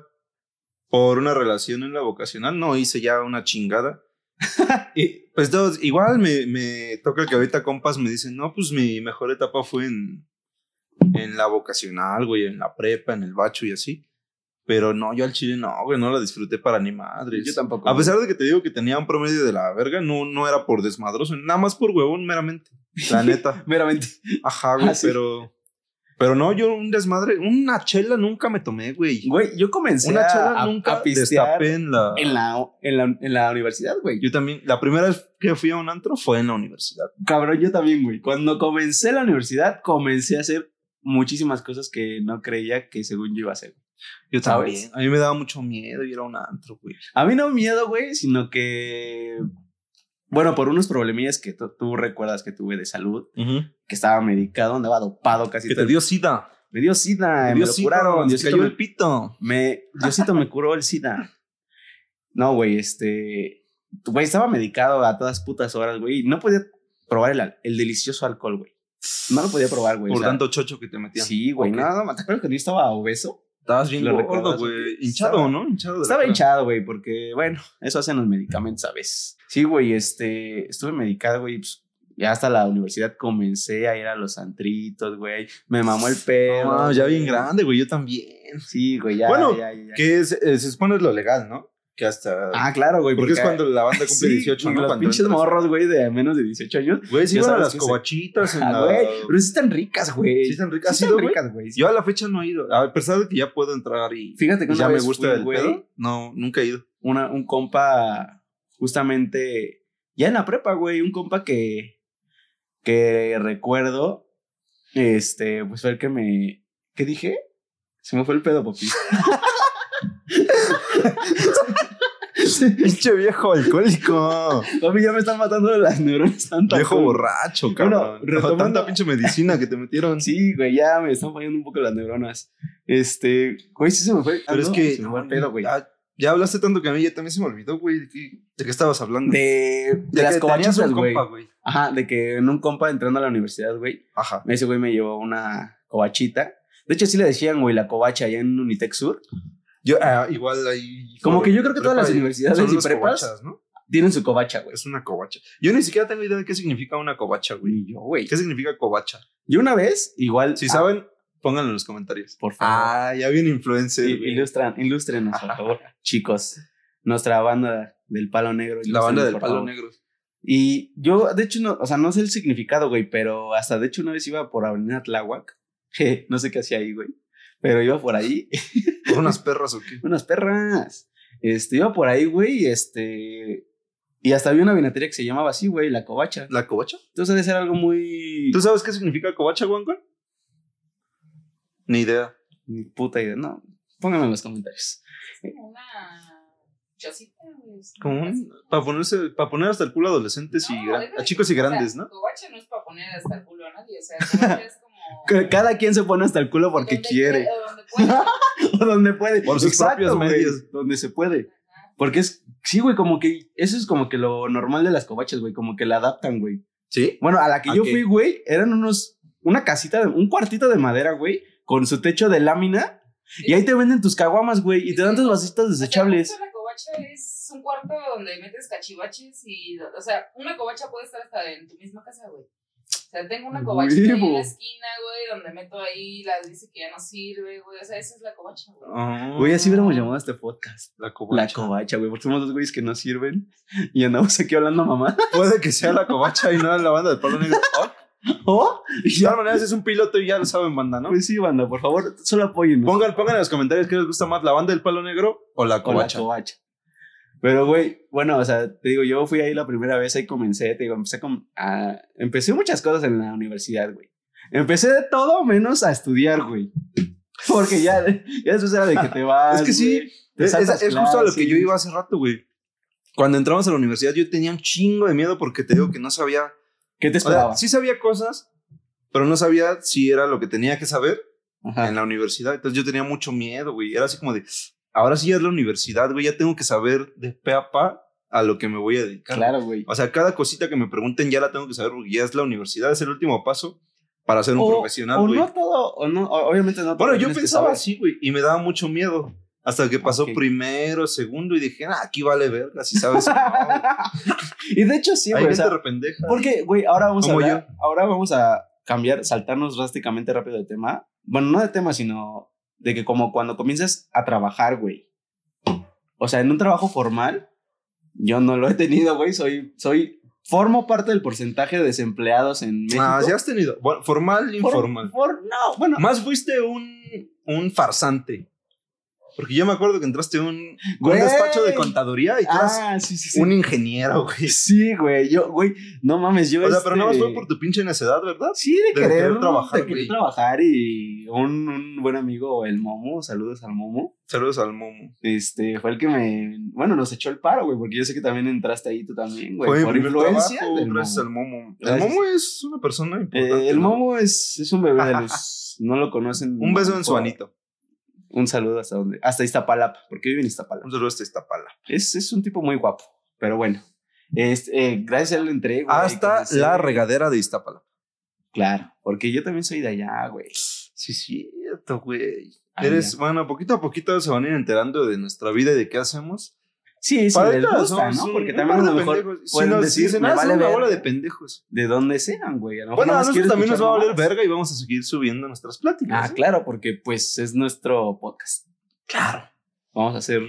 Speaker 2: Por una relación en la vocacional, no hice ya
Speaker 1: <laughs>
Speaker 2: una chingada. y pues dos, igual me, me toca que ahorita compas me dicen, no, pues mi mejor etapa fue en, en la vocacional, güey, en la prepa, en el bacho y así. Pero no, yo al chile no, güey, no la disfruté para ni madres.
Speaker 1: Yo tampoco.
Speaker 2: A
Speaker 1: güey.
Speaker 2: pesar de que te digo que tenía un promedio de la verga, no, no era por desmadroso, nada más por huevón meramente. La neta.
Speaker 1: meramente.
Speaker 2: Ajá, güey,
Speaker 1: Ah, sí.
Speaker 2: pero. Pero no, yo un desmadre, una chela nunca me tomé, güey.
Speaker 1: Güey, yo comencé
Speaker 2: Una
Speaker 1: a-
Speaker 2: chela
Speaker 1: a-
Speaker 2: nunca
Speaker 1: a pistear
Speaker 2: destapé en la.
Speaker 1: en la, en la, en la universidad, güey.
Speaker 2: Yo también, la primera vez que fui a un antro fue en la universidad.
Speaker 1: Cabrón, yo también, güey. Cuando comencé la universidad, comencé a hacer muchísimas cosas que no creía que según yo iba a hacer.
Speaker 2: Yo
Speaker 1: ¿Sabes?
Speaker 2: también. A mí me daba mucho miedo ir a un antro, güey.
Speaker 1: A mí no miedo, güey, sino que... Bueno, por unos problemillas que tú- tú recuerdas que tuve de salud, que estaba medicado, andaba dopado casi.
Speaker 2: Que te
Speaker 1: todo-
Speaker 2: dio sida.
Speaker 1: Me dio sida,
Speaker 2: Te
Speaker 1: me
Speaker 2: dio
Speaker 1: lo
Speaker 2: sida,
Speaker 1: curaron.
Speaker 2: te
Speaker 1: Diosito
Speaker 2: cayó
Speaker 1: me-
Speaker 2: el pito.
Speaker 1: Me, Diosito me curó el SIDA. No, güey, este. güey, estaba medicado a todas putas horas, güey. y No podía probar el, al- el delicioso alcohol, güey. No lo podía probar, güey.
Speaker 2: Por
Speaker 1: o sea,
Speaker 2: tanto chocho que te metían.
Speaker 1: Sí, güey.
Speaker 2: Ok.
Speaker 1: No, no, ¿te acuerdas cuando yo estaba obeso?
Speaker 2: Estabas bien
Speaker 1: Lo
Speaker 2: gordo,
Speaker 1: recordabas,
Speaker 2: güey.
Speaker 1: ok.
Speaker 2: Hinchado,
Speaker 1: Estaba-
Speaker 2: ¿no? Hinchado. de la
Speaker 1: Estaba
Speaker 2: cara.
Speaker 1: hinchado, güey, porque, bueno, eso hacen los medicamentos a veces. Sí, güey, este, estuve medicado, güey, pues, ya hasta la universidad comencé a ir a los antritos, güey. Me mamó el pedo.
Speaker 2: No, mames, ya bien
Speaker 1: güey.
Speaker 2: grande, güey. Yo también.
Speaker 1: Sí, güey, ya.
Speaker 2: Bueno,
Speaker 1: ya, ya.
Speaker 2: Que es- eh, se supone es lo legal, ¿no? Que hasta.
Speaker 1: Ah, claro, güey.
Speaker 2: porque es cuando la banda cumple
Speaker 1: Sí,
Speaker 2: 18,
Speaker 1: y
Speaker 2: ¿no?
Speaker 1: Los
Speaker 2: Cuando
Speaker 1: pinches
Speaker 2: entras.
Speaker 1: morros, güey, de menos de 18
Speaker 2: <laughs>
Speaker 1: años.
Speaker 2: Güey, sí
Speaker 1: Ya
Speaker 2: iban a
Speaker 1: sabes
Speaker 2: las
Speaker 1: que se-
Speaker 2: cobachitas. en
Speaker 1: Ah,
Speaker 2: la-
Speaker 1: güey. Pero sí están ricas, güey.
Speaker 2: Sí están ricas. ¿Has
Speaker 1: Sí
Speaker 2: ido,
Speaker 1: están
Speaker 2: güey?
Speaker 1: ricas, güey.
Speaker 2: Yo a la fecha no he ido. A pesar de que ya puedo entrar y.
Speaker 1: Fíjate que
Speaker 2: y
Speaker 1: una
Speaker 2: ya me
Speaker 1: vez
Speaker 2: gusta
Speaker 1: fui,
Speaker 2: el
Speaker 1: güey,
Speaker 2: pedo. No, nunca
Speaker 1: <laughs>
Speaker 2: he ido.
Speaker 1: una, un compa justamente ya en la prepa, güey, un compa que que recuerdo este, pues fue el que me ¿qué dije? Se me fue el pedo,
Speaker 2: <laughs>
Speaker 1: papi. <laughs>
Speaker 2: Pinche viejo <laughs> alcohólico.
Speaker 1: Papi, ya me están matando de las neuronas tantas.
Speaker 2: viejo
Speaker 1: güey.
Speaker 2: borracho,
Speaker 1: Bueno,
Speaker 2: cabrón.
Speaker 1: retomando-
Speaker 2: Tanta pinche medicina que te
Speaker 1: <laughs>
Speaker 2: metieron.
Speaker 1: Sí, güey, ya me están fallando un poco las neuronas. Este, güey, sí se me fue. ah,
Speaker 2: Pero es
Speaker 1: no,
Speaker 2: que. Ah,
Speaker 1: se me fue el
Speaker 2: no,
Speaker 1: pedo, güey.
Speaker 2: Ya, ya hablaste tanto que a mí ya también se me olvidó, güey. ¿De qué, de qué estabas hablando?
Speaker 1: De, de,
Speaker 2: que
Speaker 1: las
Speaker 2: tenías
Speaker 1: cobachitas,
Speaker 2: un
Speaker 1: güey.
Speaker 2: compa, güey.
Speaker 1: Ajá, de que en un compa entrando a la universidad, güey,
Speaker 2: Ajá.
Speaker 1: Ese güey me llevó una cobachita. De hecho, sí le decían, güey, la cobacha allá en Unitec Sur.
Speaker 2: Yo, ah, igual ahí.
Speaker 1: Como que yo creo que
Speaker 2: Prepa
Speaker 1: todas las
Speaker 2: y-
Speaker 1: universidades
Speaker 2: son
Speaker 1: y
Speaker 2: unas
Speaker 1: prepas
Speaker 2: cobachas, ¿no?
Speaker 1: tienen su cobacha, güey.
Speaker 2: Es una cobacha. Yo ni siquiera tengo idea de qué significa una cobacha, güey.
Speaker 1: Y yo, güey.
Speaker 2: ¿Qué significa cobacha?
Speaker 1: Yo una vez, igual.
Speaker 2: Si
Speaker 1: ah,
Speaker 2: saben, pónganlo en los comentarios.
Speaker 1: Por favor.
Speaker 2: Ah, ya bien influencer.
Speaker 1: i-
Speaker 2: güey.
Speaker 1: ilustran, ilústrenos, por favor. Chicos, nuestra banda del Palo Negro.
Speaker 2: la banda
Speaker 1: ilústrenos,
Speaker 2: del
Speaker 1: por
Speaker 2: palo
Speaker 1: favor.
Speaker 2: negro.
Speaker 1: Y yo, de hecho, no, o sea, no sé el significado, güey, pero hasta de hecho una vez iba por Avenida Tláhuac. <laughs> Je, no sé qué hacía ahí, güey. Pero iba por ahí <laughs>
Speaker 2: ¿Por unas perras o qué?
Speaker 1: unas perras. Este, iba por ahí, güey, y este. Y hasta había una vinatería que se llamaba así, güey, la covacha.
Speaker 2: ¿La cobacha?
Speaker 1: Entonces debe ser algo muy.
Speaker 2: ¿Tú sabes qué significa cobacha, Juanca? Ni idea.
Speaker 1: Ni puta idea, no. Pónganme en los comentarios.
Speaker 3: como una chocita. pues,
Speaker 2: Como
Speaker 3: así.
Speaker 2: un- Para ponerse, para poner hasta el culo a adolescentes y
Speaker 3: No,
Speaker 2: gran-
Speaker 3: deja de-
Speaker 2: a chicos y
Speaker 3: o sea,
Speaker 2: grandes, ¿no?
Speaker 3: Covacha no es para poner hasta el culo a nadie, o sea, covacha es como.
Speaker 1: Que Cada quien se pone hasta el culo porque
Speaker 3: donde
Speaker 1: quiere.
Speaker 3: puede- o donde puede.
Speaker 1: O <laughs> donde puede.
Speaker 2: Por sus propios
Speaker 1: güey,
Speaker 2: medios.
Speaker 1: Donde se puede.
Speaker 3: Ajá.
Speaker 1: Porque es. Sí, güey, como que. Eso es como que lo normal de las covachas, güey. Como que la adaptan, güey.
Speaker 2: Sí.
Speaker 1: Bueno, a la que
Speaker 2: ¿A
Speaker 1: yo
Speaker 2: qué?
Speaker 1: fui, güey, eran unos. Una casita, de- un cuartito de madera, güey. Con su techo de lámina. Y ahí te venden tus caguamas, güey. Y te dan tus vasitos
Speaker 3: O sea,
Speaker 1: desechables.
Speaker 3: justo la covacha es un cuarto donde metes cachivaches y. O sea, una covacha puede estar hasta en tu misma casa, güey. O sea, tengo una covacha ahí en
Speaker 1: Huevo.
Speaker 3: la esquina, güey, donde meto ahí las dice que ya no sirve, güey. O sea, esa es la covacha, güey.
Speaker 1: Güey, así hubiéramos llamado a este podcast.
Speaker 2: Ah, La
Speaker 1: La
Speaker 2: cobacha.
Speaker 1: covacha, güey, porque somos dos güeyes que no sirven y andamos aquí hablando mamá.
Speaker 2: Puede que sea la cobacha y no la banda
Speaker 1: <laughs>
Speaker 2: del palo negro. Oh,
Speaker 1: ¿Oh?
Speaker 2: de todas maneras es un piloto y ya lo saben, banda, ¿no?
Speaker 1: Pues sí, banda, por favor, solo apóyennos.
Speaker 2: Pongan, pongan en los comentarios qué les gusta más, la banda del palo negro o la
Speaker 1: Con la
Speaker 2: cobacha.
Speaker 1: covacha. Pero, güey, bueno, o sea, te digo, yo fui ahí la primera vez, ahí comencé, te digo, empecé, con, a- empecé muchas cosas en la universidad, güey. Empecé de todo menos a estudiar, güey. Porque ya, ya después era de que te vas.
Speaker 2: <laughs> Es que sí,
Speaker 1: güey, te
Speaker 2: Es,
Speaker 1: saltas
Speaker 2: es- es justo a lo que
Speaker 1: clases.
Speaker 2: yo iba hace rato, güey. Cuando entramos a la universidad yo tenía un chingo de miedo porque te digo que no sabía.
Speaker 1: ¿Qué te
Speaker 2: O sea,
Speaker 1: esperaba?
Speaker 2: sí sabía cosas, pero no sabía si era lo que tenía que saber
Speaker 1: Ajá.
Speaker 2: en la universidad. Entonces yo tenía mucho miedo, güey. Era así como de, ahora sí ya es la universidad, güey. Ya tengo que saber de pe a pa a lo que me voy a dedicar.
Speaker 1: Claro, güey.
Speaker 2: O sea, cada cosita que me pregunten ya la tengo que saber porque ya es la universidad, es el último paso para ser un
Speaker 1: O-
Speaker 2: profesional,
Speaker 1: O
Speaker 2: güey.
Speaker 1: no todo, o no, o- obviamente no todo.
Speaker 2: Bueno, yo
Speaker 1: tienes que
Speaker 2: pensaba
Speaker 1: saber.
Speaker 2: así, güey, y me daba mucho miedo. Hasta que pasó
Speaker 1: Ok.
Speaker 2: primero, segundo, y dije, ah, aquí vale verga, si sabes. o no, güey".
Speaker 1: <laughs> y de hecho <laughs> sí,
Speaker 2: Hay
Speaker 1: güey. o
Speaker 2: gente
Speaker 1: sea,
Speaker 2: rependeja.
Speaker 1: porque, güey, ahora vamos a
Speaker 2: Como
Speaker 1: hablar- ahora vamos a cambiar, saltarnos drásticamente rápido de tema. Bueno, no de tema, sino de que como cuando comienzas a trabajar, güey. O sea, en un trabajo formal, yo no lo he tenido, güey. Soy, soy, formo parte del porcentaje de desempleados en México.
Speaker 2: Ah, ya has tenido. Bueno, formal,
Speaker 1: Por-
Speaker 2: informal.
Speaker 1: por- no, bueno,
Speaker 2: Más fuiste un, un farsante. Porque yo me acuerdo que entraste a un, a un
Speaker 1: Güey.
Speaker 2: despacho de contaduría y tú eras
Speaker 1: ah, sí, sí, sí.
Speaker 2: un ingeniero, güey.
Speaker 1: Sí, güey, yo, güey, no mames, yo
Speaker 2: O sea, pero nada más
Speaker 1: este-
Speaker 2: fue por tu pinche necedad, ¿verdad?
Speaker 1: Sí, de,
Speaker 2: De
Speaker 1: querer,
Speaker 2: querer trabajar,
Speaker 1: trabajar. De querer
Speaker 2: güey.
Speaker 1: trabajar y un, un buen amigo, el Momo, saludos al Momo,
Speaker 2: Saludos al Momo.
Speaker 1: este, fue el que me, bueno, nos echó el paro, güey, porque yo sé que también entraste ahí tú también, güey.
Speaker 2: Fue mi
Speaker 1: por
Speaker 2: primer
Speaker 1: influencia
Speaker 2: trabajo,
Speaker 1: del
Speaker 2: gracias
Speaker 1: Momo.
Speaker 2: al Momo. El
Speaker 1: Gracias.
Speaker 2: Momo es una persona importante.
Speaker 1: Eh, el
Speaker 2: ¿no?
Speaker 1: Momo es, es un bebé
Speaker 2: <laughs>
Speaker 1: de luz, no lo conocen.
Speaker 2: Un beso en su
Speaker 1: Por-
Speaker 2: anito.
Speaker 1: Un saludo hasta donde, hasta Iztapalapa, porque vive en Iztapalapa.
Speaker 2: Un saludo hasta Iztapala.
Speaker 1: Es, es un tipo muy guapo. Pero bueno, este, eh, gracias a él lo entré, güey.
Speaker 2: Hasta
Speaker 1: conocí-
Speaker 2: la regadera de Iztapalapa.
Speaker 1: Claro, porque yo también soy de allá, güey. Sí, es cierto, güey. Ay,
Speaker 2: Eres,
Speaker 1: Ah, ya.
Speaker 2: bueno, poquito a poquito se van a ir enterando de nuestra vida y de qué hacemos.
Speaker 1: Sí, sí,
Speaker 2: Para
Speaker 1: les
Speaker 2: ahorita
Speaker 1: gusta,
Speaker 2: somos
Speaker 1: ¿no?
Speaker 2: un-
Speaker 1: Porque
Speaker 2: un
Speaker 1: también a
Speaker 2: par
Speaker 1: lo
Speaker 2: de
Speaker 1: mejor
Speaker 2: pendejos. Si
Speaker 1: pueden
Speaker 2: nos
Speaker 1: decir,
Speaker 2: dicen,
Speaker 1: me
Speaker 2: "Ah, son
Speaker 1: vale
Speaker 2: una
Speaker 1: verga".
Speaker 2: bola de pendejos.
Speaker 1: de dónde sean, güey. A lo mejor
Speaker 2: Bueno, a
Speaker 1: nada más
Speaker 2: nosotros
Speaker 1: quiero
Speaker 2: también nos va a
Speaker 1: escuchar
Speaker 2: valer
Speaker 1: mamadas.
Speaker 2: verga y vamos a seguir subiendo nuestras pláticas. ¿eh?
Speaker 1: Ah, claro, porque pues es nuestro podcast. Claro. Vamos a
Speaker 2: <laughs>
Speaker 1: hacer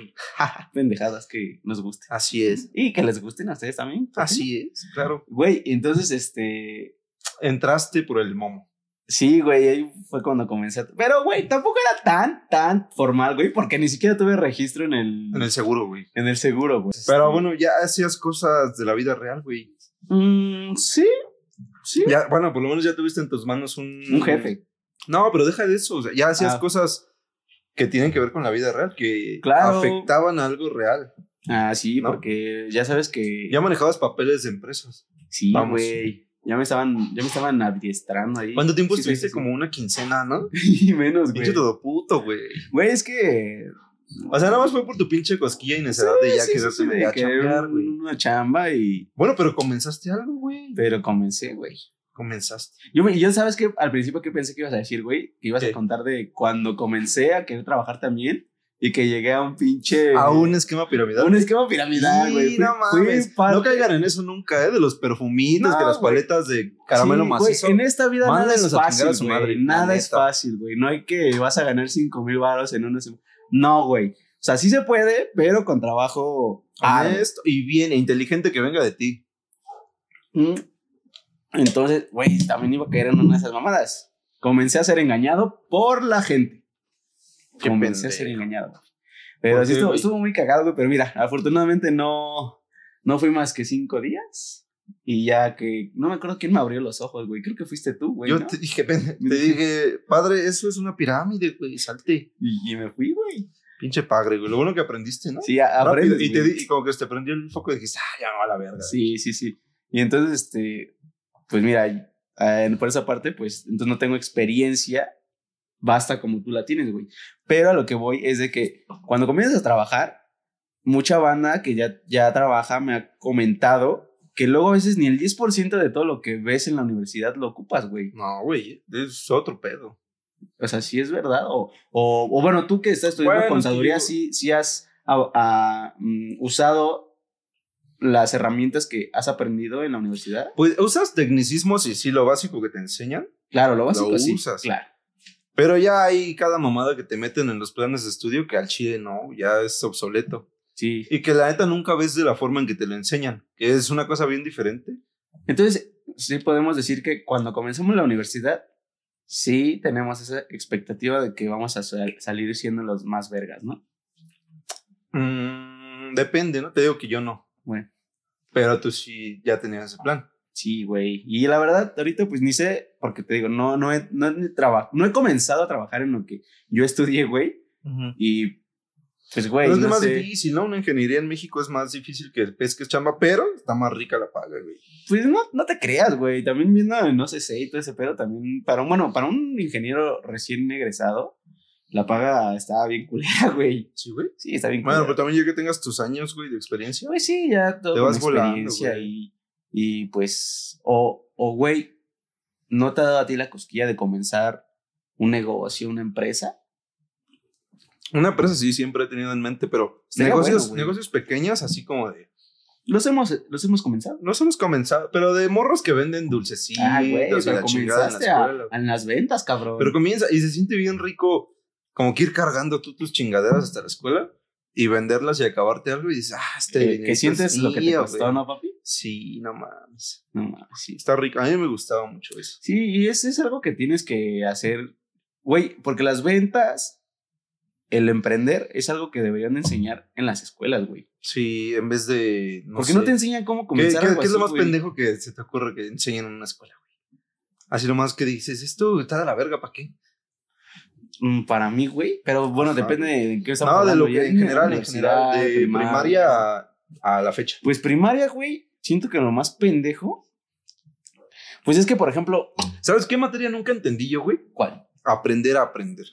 Speaker 1: pendejadas que nos gusten.
Speaker 2: Así es.
Speaker 1: Y que les gusten a ustedes también. ¿por qué no?
Speaker 2: Así es, claro.
Speaker 1: Güey, entonces, este...
Speaker 2: Entraste por el momo.
Speaker 1: Sí, güey, ahí fue cuando comencé. a- Pero, güey, tampoco era tan, tan formal, güey, porque ni siquiera tuve registro en el,
Speaker 2: En el seguro, güey.
Speaker 1: en el seguro, güey.
Speaker 2: Pero bueno, ya hacías cosas de la vida real, güey.
Speaker 1: Mm, sí, sí.
Speaker 2: Ya, bueno, por lo menos ya tuviste en tus manos un...
Speaker 1: Un jefe.
Speaker 2: No, pero deja de eso. O sea, ya hacías
Speaker 1: Ah.
Speaker 2: cosas que tienen que ver con la vida real, que
Speaker 1: Claro.
Speaker 2: afectaban a algo real.
Speaker 1: Ah, sí,
Speaker 2: ¿No?
Speaker 1: porque ya sabes que...
Speaker 2: Ya manejabas papeles de empresas.
Speaker 1: sí,
Speaker 2: vamos.
Speaker 1: güey. Ya me estaban, ya me estaban adiestrando ahí.
Speaker 2: ¿Cuánto tiempo
Speaker 1: Sí, sí,
Speaker 2: estuviste?
Speaker 1: sí, sí.
Speaker 2: Como una quincena, ¿no?
Speaker 1: <laughs> Y menos, güey.
Speaker 2: Pinche todo puto, güey.
Speaker 1: Güey, es que.
Speaker 2: O sea, nada más fue por tu pinche cosquilla innecesaria y ya
Speaker 1: Sí, sí,
Speaker 2: quedaste
Speaker 1: sí, de
Speaker 2: medio a
Speaker 1: querer
Speaker 2: chambear,
Speaker 1: un-
Speaker 2: güey.
Speaker 1: una chamba y.
Speaker 2: Bueno, pero comenzaste algo, güey.
Speaker 1: Pero comencé, güey.
Speaker 2: Comenzaste.
Speaker 1: Yo, me- yo sabes que al principio que pensé que ibas a decir, güey, que ibas
Speaker 2: ¿Qué?
Speaker 1: a contar de cuando comencé a querer trabajar también y que llegué a un pinche.
Speaker 2: A un esquema piramidal.
Speaker 1: Eh, un esquema piramidal,
Speaker 2: Sí,
Speaker 1: güey.
Speaker 2: no
Speaker 1: Fui- fui
Speaker 2: mames.
Speaker 1: parte-
Speaker 2: No caigan en eso nunca, ¿eh? De los perfumitos,
Speaker 1: No,
Speaker 2: que las
Speaker 1: güey.
Speaker 2: paletas de caramelo
Speaker 1: Sí, güey,
Speaker 2: macizo.
Speaker 1: en esta vida nada es
Speaker 2: Mándenlos a chingar
Speaker 1: fácil,
Speaker 2: a su
Speaker 1: güey.
Speaker 2: madre, la
Speaker 1: nada es
Speaker 2: neta.
Speaker 1: fácil, güey. No hay que vas a ganar 5 mil baros en una semana. No, güey. O sea, sí se puede, pero con trabajo. arduo.
Speaker 2: Honesto y bien e inteligente que venga de ti.
Speaker 1: Mm. Entonces, güey, también iba a caer en una de esas mamadas. Comencé a ser engañado por la gente.
Speaker 2: Qué
Speaker 1: Comencé a ser
Speaker 2: pendejo.
Speaker 1: engañado. Pero
Speaker 2: ¿Por
Speaker 1: sí
Speaker 2: qué,
Speaker 1: estuvo,
Speaker 2: güey?
Speaker 1: estuvo muy cagado, güey. Pero mira, afortunadamente no, no fui más que cinco días. Y ya que no me acuerdo quién me abrió los ojos, güey. Creo que fuiste tú, güey.
Speaker 2: Yo
Speaker 1: ¿no?
Speaker 2: te dije, pen- te dije, padre, eso es una pirámide, güey, salte.
Speaker 1: Y, y me fui, güey.
Speaker 2: Pinche padre, güey. Lo bueno que aprendiste, ¿no?
Speaker 1: Sí, a-
Speaker 2: Rápido.
Speaker 1: aprendes,
Speaker 2: y, te
Speaker 1: güey.
Speaker 2: di- y como que te prendió el foco y dijiste, ah, ya me va la verga.
Speaker 1: Sí, sí, sí. Y entonces, este, pues mira, eh, por esa parte, pues entonces no tengo experiencia, basta como tú la tienes, güey. Pero a lo que voy es de que cuando comienzas a trabajar, mucha banda que ya, ya trabaja me ha comentado que luego a veces ni el 10% de todo lo que ves en la universidad lo ocupas, güey.
Speaker 2: No, güey, es otro pedo.
Speaker 1: O sea, sí es verdad. O, o, o bueno, tú que estás estudiando
Speaker 2: Bueno, es que
Speaker 1: contaduría,
Speaker 2: yo-
Speaker 1: sí, sí has a- a, mm, usado las herramientas que has aprendido en la universidad.
Speaker 2: Pues usas tecnicismos y sí lo básico que te enseñan,
Speaker 1: Claro, lo básico sí.
Speaker 2: usas.
Speaker 1: Claro.
Speaker 2: pero ya hay cada mamada que te meten en los planes de estudio que al chile no, ya es obsoleto.
Speaker 1: Sí.
Speaker 2: Y que la neta nunca ves de la forma en que te lo enseñan, que es una cosa bien diferente.
Speaker 1: Entonces, sí podemos decir que cuando comenzamos la universidad, sí tenemos esa expectativa de que vamos a sal- salir siendo los más vergas, ¿no?
Speaker 2: Mm, depende, ¿no? Te digo que yo no.
Speaker 1: Bueno.
Speaker 2: Pero tú sí ya tenías ese plan.
Speaker 1: Sí, güey. Y la verdad, ahorita pues ni sé, porque te digo, no, no he, no, he traba- no he comenzado a trabajar en lo que yo estudié, güey. Y pues, güey,
Speaker 2: Pero es de
Speaker 1: no
Speaker 2: más
Speaker 1: sé.
Speaker 2: difícil, ¿no? Una ingeniería en México es más difícil que el pez que es chamba, pero está más rica la paga, güey.
Speaker 1: Pues no, no te creas, güey. También viendo en no sé y todo ese pedo, también para un, bueno, para un ingeniero recién egresado, la paga está bien culera, <laughs> güey.
Speaker 2: Sí, güey.
Speaker 1: Sí, está bien
Speaker 2: Bueno,
Speaker 1: culera.
Speaker 2: pero también ya que tengas tus años, güey, de experiencia.
Speaker 1: Pues sí, ya todo
Speaker 2: Te vas
Speaker 1: con
Speaker 2: volando,
Speaker 1: experiencia
Speaker 2: güey.
Speaker 1: y, y pues, o, o güey, ¿no te ha dado a ti la cosquilla de comenzar un negocio, una empresa?
Speaker 2: Una empresa sí siempre he tenido en mente, pero
Speaker 1: Estaría
Speaker 2: negocios,
Speaker 1: bueno, güey.
Speaker 2: negocios pequeños, así como de.
Speaker 1: Los hemos, los hemos comenzado.
Speaker 2: No hemos comenzado, pero de morros que venden dulcecitos
Speaker 1: Ah, güey,
Speaker 2: y
Speaker 1: pero
Speaker 2: la chingada en la
Speaker 1: comenzaste a-
Speaker 2: escuela.
Speaker 1: en las ventas, cabrón.
Speaker 2: Pero comienza y se siente bien rico como que ir cargando tú tus chingaderas hasta la escuela y venderlas y acabarte algo y dices, ah, este
Speaker 1: Eh, que,
Speaker 2: dinerito
Speaker 1: que
Speaker 2: es
Speaker 1: sientes lo que te
Speaker 2: mío,
Speaker 1: costó,
Speaker 2: güey".
Speaker 1: ¿no, papi?
Speaker 2: Sí, no mames.
Speaker 1: No, mames, sí.
Speaker 2: Está rico. A mí me gustaba mucho eso.
Speaker 1: Sí, y ese es algo que tienes que hacer, güey, porque las ventas, el emprender, es algo que deberían de enseñar en las escuelas, güey.
Speaker 2: Sí, en vez de... No
Speaker 1: porque
Speaker 2: sé.
Speaker 1: no te enseñan cómo
Speaker 2: ¿Qué,
Speaker 1: comenzar
Speaker 2: qué-
Speaker 1: algo
Speaker 2: qué es lo
Speaker 1: así,
Speaker 2: más
Speaker 1: güey?
Speaker 2: pendejo que se te ocurre que enseñen en una escuela, güey? Así lo más que dices, esto está de la verga, ¿para qué?
Speaker 1: Mm, Para mí, güey. Pero bueno,
Speaker 2: Ajá.
Speaker 1: depende de en qué estamos
Speaker 2: No, de
Speaker 1: hablando,
Speaker 2: lo
Speaker 1: ya
Speaker 2: que en general, en
Speaker 1: universidad,
Speaker 2: general, de primaria a, a la fecha.
Speaker 1: Pues primaria, güey. Siento que lo más pendejo. Pues es que, por ejemplo.
Speaker 2: ¿Sabes qué materia nunca entendí yo, güey?
Speaker 1: ¿Cuál? <laughs>
Speaker 2: Aprender a aprender.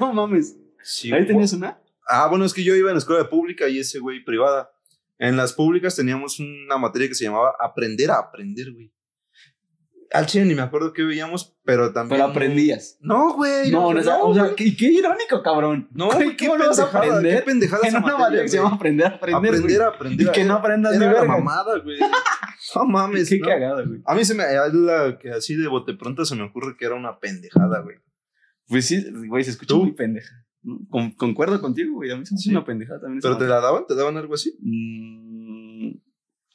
Speaker 1: no mames.
Speaker 2: Sí,
Speaker 1: Ahí
Speaker 2: güey.
Speaker 1: tenías una.
Speaker 2: Ah, bueno, es que yo iba en escuela pública y ese güey privada. En las públicas teníamos una materia que se llamaba Aprender a Aprender, güey. Al chile ni me acuerdo qué veíamos, pero también.
Speaker 1: Pero aprendías.
Speaker 2: No, güey.
Speaker 1: No, no, o sea, o
Speaker 2: güey.
Speaker 1: sea, qué, qué irónico, cabrón.
Speaker 2: No,
Speaker 1: Güey,
Speaker 2: güey, qué,
Speaker 1: ¿cómo lo vas a
Speaker 2: pendejada,
Speaker 1: aprender?
Speaker 2: qué pendejada
Speaker 1: En
Speaker 2: esa
Speaker 1: una
Speaker 2: materia,
Speaker 1: materia que se
Speaker 2: güey.
Speaker 1: llama aprender a aprender. güey.
Speaker 2: aprender a
Speaker 1: Y
Speaker 2: aprender.
Speaker 1: que no aprendas de
Speaker 2: Era la
Speaker 1: verga.
Speaker 2: mamada, güey. No mames,
Speaker 1: Qué
Speaker 2: ¿no?
Speaker 1: cagado, güey.
Speaker 2: A mí se me es la que así de bote pronto se me ocurre que era una pendejada, güey.
Speaker 1: Pues sí, güey, se escuchó
Speaker 2: ¿Tú?
Speaker 1: muy pendeja. Con- concuerdo contigo, güey. A mí se me hace
Speaker 2: Sí.
Speaker 1: una pendejada también. esa
Speaker 2: Pero te
Speaker 1: madre.
Speaker 2: la daban, te daban algo así,
Speaker 1: Mm,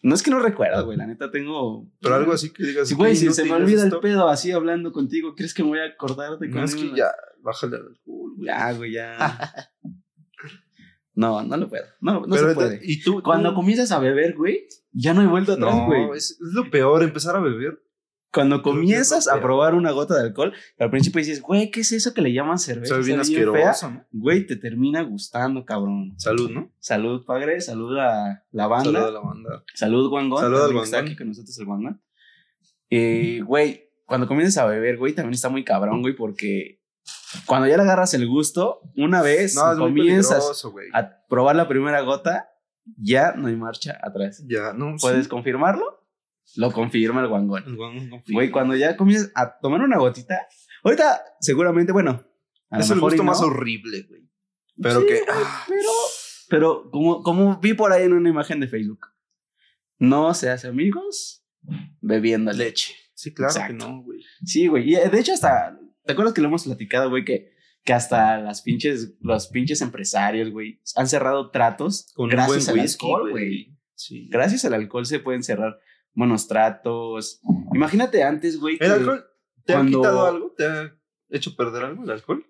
Speaker 1: No es que no recuerdo, güey. La neta tengo.
Speaker 2: pero algo así que digas,
Speaker 1: Sí, güey,
Speaker 2: "Qué
Speaker 1: si se
Speaker 2: inútil
Speaker 1: me
Speaker 2: es
Speaker 1: olvida el
Speaker 2: esto".
Speaker 1: pedo así hablando contigo, ¿crees que me voy a acordar de
Speaker 2: No, es que
Speaker 1: conmigo?
Speaker 2: ya bájale al alcohol, güey.
Speaker 1: Ya, güey,
Speaker 2: <laughs>
Speaker 1: ya. no, no lo puedo. No, no
Speaker 2: Pero
Speaker 1: se
Speaker 2: te-
Speaker 1: puede.
Speaker 2: y tú
Speaker 1: Cuando
Speaker 2: tú-
Speaker 1: comienzas a beber, güey, ya no hay vuelta atrás, güey.
Speaker 2: no, es, es lo peor empezar a beber.
Speaker 1: Cuando
Speaker 2: Creo que
Speaker 1: comienzas
Speaker 2: es lo
Speaker 1: a
Speaker 2: peor.
Speaker 1: probar una gota de alcohol, al principio dices, güey, ¿qué es eso que le llaman cerveza?
Speaker 2: Sabe bien
Speaker 1: Sabe bien fea".
Speaker 2: asqueroso, ¿no?
Speaker 1: Güey, te termina gustando, cabrón.
Speaker 2: Salud, ¿no?
Speaker 1: Salud, padre. Salud a la banda.
Speaker 2: Salud a la banda.
Speaker 1: Salud, Guangón.
Speaker 2: Salud al
Speaker 1: también que Está
Speaker 2: Guangón.
Speaker 1: aquí con nosotros el Guangón. Eh, güey, cuando comienzas a beber, güey, también está muy cabrón, güey, porque cuando ya le agarras el gusto, una vez
Speaker 2: No, es muy
Speaker 1: comienzas
Speaker 2: peligroso, güey.
Speaker 1: a probar la primera gota, ya no hay marcha atrás.
Speaker 2: Ya, no.
Speaker 1: ¿Puedes
Speaker 2: sí.
Speaker 1: confirmarlo? Lo confirma el Guangón.
Speaker 2: El guan no fui.
Speaker 1: Güey, cuando ya comienzas a tomar una gotita, ahorita seguramente, bueno, a
Speaker 2: es
Speaker 1: lo
Speaker 2: el
Speaker 1: mejor y
Speaker 2: gusto más
Speaker 1: no,
Speaker 2: horrible, güey. Pero
Speaker 1: Sí,
Speaker 2: que
Speaker 1: güey, pero, ah, pero como, como vi por ahí en una imagen de Facebook, no se hace amigos bebiendo leche.
Speaker 2: sí, claro
Speaker 1: Exacto.
Speaker 2: que no, güey.
Speaker 1: Sí, güey. Y eh, de hecho, hasta. ¿Te acuerdas que lo hemos platicado, güey? Que, que hasta las pinches, los pinches empresarios, güey, han cerrado tratos
Speaker 2: Con un buen
Speaker 1: gracias al
Speaker 2: whisky,
Speaker 1: alcohol, güey.
Speaker 2: güey. Sí.
Speaker 1: Gracias al alcohol se pueden cerrar buenos tratos. Imagínate antes, güey.
Speaker 2: ¿El
Speaker 1: que-
Speaker 2: alcohol te
Speaker 1: Eh, cuando-
Speaker 2: ha quitado algo? ¿Te ha hecho perder algo el alcohol?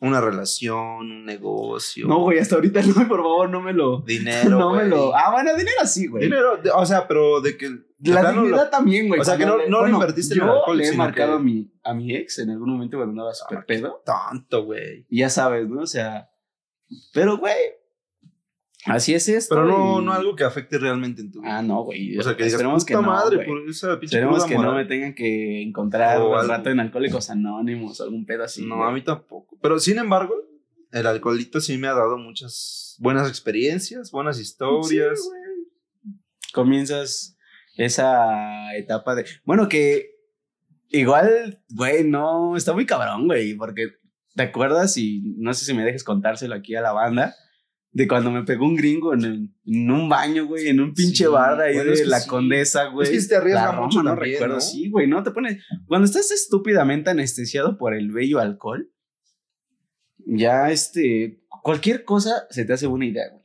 Speaker 2: Una relación, un negocio.
Speaker 1: No, güey, hasta ahorita no, por favor, no me lo.
Speaker 2: Dinero.
Speaker 1: no me
Speaker 2: güey.
Speaker 1: lo. Ah, bueno, dinero sí, güey.
Speaker 2: Dinero, de- o sea, pero de que. de
Speaker 1: La
Speaker 2: plano lo-
Speaker 1: dignidad también, güey.
Speaker 2: o sea, que
Speaker 1: cuando
Speaker 2: no-
Speaker 1: le-
Speaker 2: no lo invertiste en
Speaker 1: yo
Speaker 2: el alcohol,
Speaker 1: Le he
Speaker 2: sino
Speaker 1: marcado
Speaker 2: que- Ah,
Speaker 1: a, mi, a mi ex en algún momento cuando andaba súper pedo.
Speaker 2: Tanto, güey.
Speaker 1: Y ya sabes, ¿no? O sea, pero, güey, así es esto.
Speaker 2: Pero no,
Speaker 1: y-
Speaker 2: no algo que afecte realmente en tu vida.
Speaker 1: Ah, no, güey.
Speaker 2: o sea, que digas,
Speaker 1: esperemos
Speaker 2: puta
Speaker 1: que no,
Speaker 2: madre,
Speaker 1: güey.
Speaker 2: por esa pinche
Speaker 1: Esperemos
Speaker 2: cruda
Speaker 1: que no me
Speaker 2: moral.
Speaker 1: tengan que encontrar
Speaker 2: O
Speaker 1: un
Speaker 2: algo.
Speaker 1: rato en Alcohólicos Anónimos, algún pedo así.
Speaker 2: No,
Speaker 1: güey.
Speaker 2: a mí tampoco. Pero sin embargo, el alcoholito sí me ha dado muchas buenas experiencias, buenas historias.
Speaker 1: Sí, güey. Comienzas esa etapa de. Bueno, que igual, güey, no, está muy cabrón, güey, porque te acuerdas y no sé si me dejes contárselo aquí a la banda. De cuando me pegó un gringo en, el- en un baño, güey, en un pinche
Speaker 2: Sí,
Speaker 1: bar ahí
Speaker 2: bueno,
Speaker 1: de
Speaker 2: es que
Speaker 1: la
Speaker 2: sí.
Speaker 1: condesa, güey.
Speaker 2: Es que te arriesga
Speaker 1: La Roma,
Speaker 2: mucho
Speaker 1: no
Speaker 2: también,
Speaker 1: recuerdo.
Speaker 2: ¿no?
Speaker 1: Sí, güey, no te pones. Cuando estás estúpidamente anestesiado por el bello alcohol, ya este. Cualquier cosa se te hace buena idea, güey.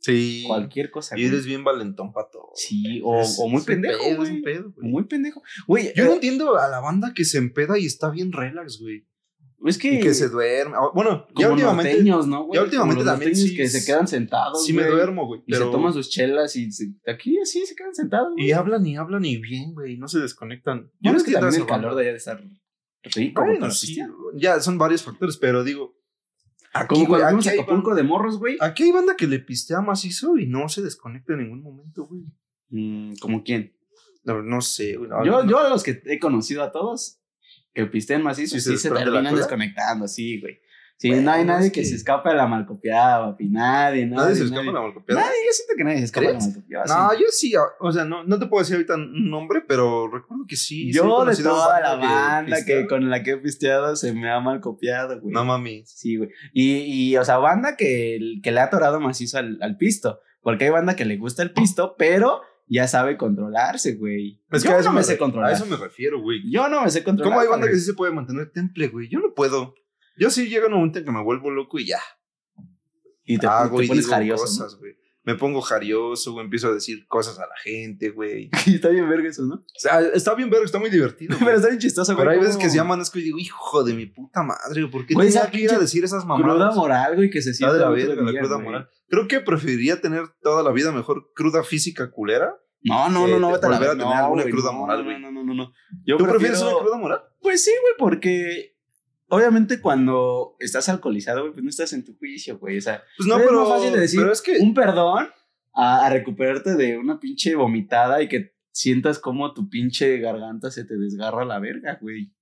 Speaker 2: Sí.
Speaker 1: Cualquier cosa.
Speaker 2: Y
Speaker 1: güey.
Speaker 2: eres bien valentón para todo.
Speaker 1: Sí, o,
Speaker 2: Es-
Speaker 1: o muy
Speaker 2: es un
Speaker 1: pendejo,
Speaker 2: pedo, es
Speaker 1: güey.
Speaker 2: un pedo, güey.
Speaker 1: Muy pendejo. Güey,
Speaker 2: Yo no
Speaker 1: eh,
Speaker 2: entiendo a la banda que se empeda y está bien relax, güey.
Speaker 1: es que,
Speaker 2: Y que se duerme. Ah, Bueno,
Speaker 1: como
Speaker 2: ya últimamente
Speaker 1: norteños, ¿no, güey?
Speaker 2: ya últimamente
Speaker 1: Como los
Speaker 2: también
Speaker 1: norteños
Speaker 2: sí-
Speaker 1: que se quedan sentados,
Speaker 2: sí me
Speaker 1: güey,
Speaker 2: duermo, güey.
Speaker 1: Y
Speaker 2: pero-
Speaker 1: se toman sus chelas y se- aquí así se quedan sentados, güey.
Speaker 2: Y hablan y hablan y bien, güey. No se desconectan.
Speaker 1: Yo
Speaker 2: no
Speaker 1: no es que
Speaker 2: entiendo a
Speaker 1: también
Speaker 2: esa
Speaker 1: el calor
Speaker 2: banda.
Speaker 1: de pues, allá de estar rico, güey,
Speaker 2: Bueno,
Speaker 1: para
Speaker 2: sí.
Speaker 1: pistear.
Speaker 2: Ya, son varios factores, pero digo. Aquí,
Speaker 1: Como
Speaker 2: güey,
Speaker 1: cuando fuimos a
Speaker 2: hay Ah.
Speaker 1: Acapulco de morros, güey.
Speaker 2: banda- aquí hay banda que le pistea macizo y no se desconecta en ningún momento, güey.
Speaker 1: Mm, ¿Como quién?
Speaker 2: No, no sé, güey. no,
Speaker 1: yo,
Speaker 2: Ah, no.
Speaker 1: yo a los que he conocido a todos que pistean macizo,
Speaker 2: Sí, se
Speaker 1: sí se
Speaker 2: desprende la
Speaker 1: terminan
Speaker 2: cola.
Speaker 1: desconectando, sí, güey. Sí,
Speaker 2: Bueno,
Speaker 1: no hay nadie
Speaker 2: es
Speaker 1: que,
Speaker 2: que-
Speaker 1: se escape a la malcopiada, papi. Nadie, nadie.
Speaker 2: Nadie se escapa la malcopiada.
Speaker 1: Nadie, yo siento que nadie se escapa a la
Speaker 2: ¿Crees?
Speaker 1: malcopiada. sí.
Speaker 2: No, yo sí, o- o sea, no, no te puedo decir ahorita un nombre, pero recuerdo que sí. sí he
Speaker 1: Yo de
Speaker 2: conocido
Speaker 1: toda la
Speaker 2: que
Speaker 1: banda que,
Speaker 2: pisteaba.
Speaker 1: con la que he pisteado se me ha mal copiado, güey.
Speaker 2: No mames.
Speaker 1: sí, güey. Y, y, o sea, banda que, que le ha atorado macizo al, al pisto. Porque hay banda que le gusta el pisto, pero ya sabe controlarse, güey.
Speaker 2: Es
Speaker 1: Yo
Speaker 2: que a eso
Speaker 1: no me,
Speaker 2: me
Speaker 1: sé
Speaker 2: re-
Speaker 1: controlar.
Speaker 2: A eso me refiero, güey.
Speaker 1: Yo no me sé controlar.
Speaker 2: ¿Cómo hay banda
Speaker 1: padre.
Speaker 2: que sí se puede mantener temple, güey? Yo no puedo. Yo sí llega un momento en que me vuelvo loco y ya.
Speaker 1: Y te,
Speaker 2: hago
Speaker 1: te
Speaker 2: y
Speaker 1: pones
Speaker 2: "Ah, digo
Speaker 1: jarioso. ¿no?
Speaker 2: cosas, güey. Me pongo jarioso, güey. Empiezo a decir cosas a la gente, güey.
Speaker 1: <laughs> Y está bien verga eso, ¿no?
Speaker 2: O sea, está bien verga, está muy divertido.
Speaker 1: <laughs> Pero
Speaker 2: güey.
Speaker 1: está bien chistoso, güey.
Speaker 2: Pero hay
Speaker 1: cómo-
Speaker 2: veces que se llaman asco y digo, hijo de mi puta madre, güey, ¿por qué
Speaker 1: Güey,
Speaker 2: tenía
Speaker 1: esa
Speaker 2: que ir a
Speaker 1: pinche
Speaker 2: decir esas
Speaker 1: Cruda
Speaker 2: mamadas?
Speaker 1: moral, güey, que se
Speaker 2: Está
Speaker 1: siente.
Speaker 2: de la
Speaker 1: al otro
Speaker 2: verga, la
Speaker 1: día,
Speaker 2: cruda
Speaker 1: güey.
Speaker 2: moral. Creo que preferiría tener toda la vida mejor cruda física culera.
Speaker 1: No, no,
Speaker 2: Eh,
Speaker 1: no, no,
Speaker 2: te-
Speaker 1: vete a la
Speaker 2: volver
Speaker 1: verga.
Speaker 2: a tener
Speaker 1: No,
Speaker 2: alguna
Speaker 1: güey,
Speaker 2: cruda
Speaker 1: no,
Speaker 2: moral,
Speaker 1: no,
Speaker 2: güey.
Speaker 1: No, no, no, no. Yo
Speaker 2: ¿Tú prefieres
Speaker 1: prefiero-
Speaker 2: una cruda moral?
Speaker 1: Pues sí, güey, porque obviamente cuando estás alcoholizado, güey, pues no estás en tu juicio, güey. O sea,
Speaker 2: Pues no,
Speaker 1: Pero
Speaker 2: pero,
Speaker 1: es más fácil de decir
Speaker 2: pero es que
Speaker 1: un perdón a, a recuperarte de una pinche vomitada y que sientas como tu pinche garganta se te desgarra la verga, güey.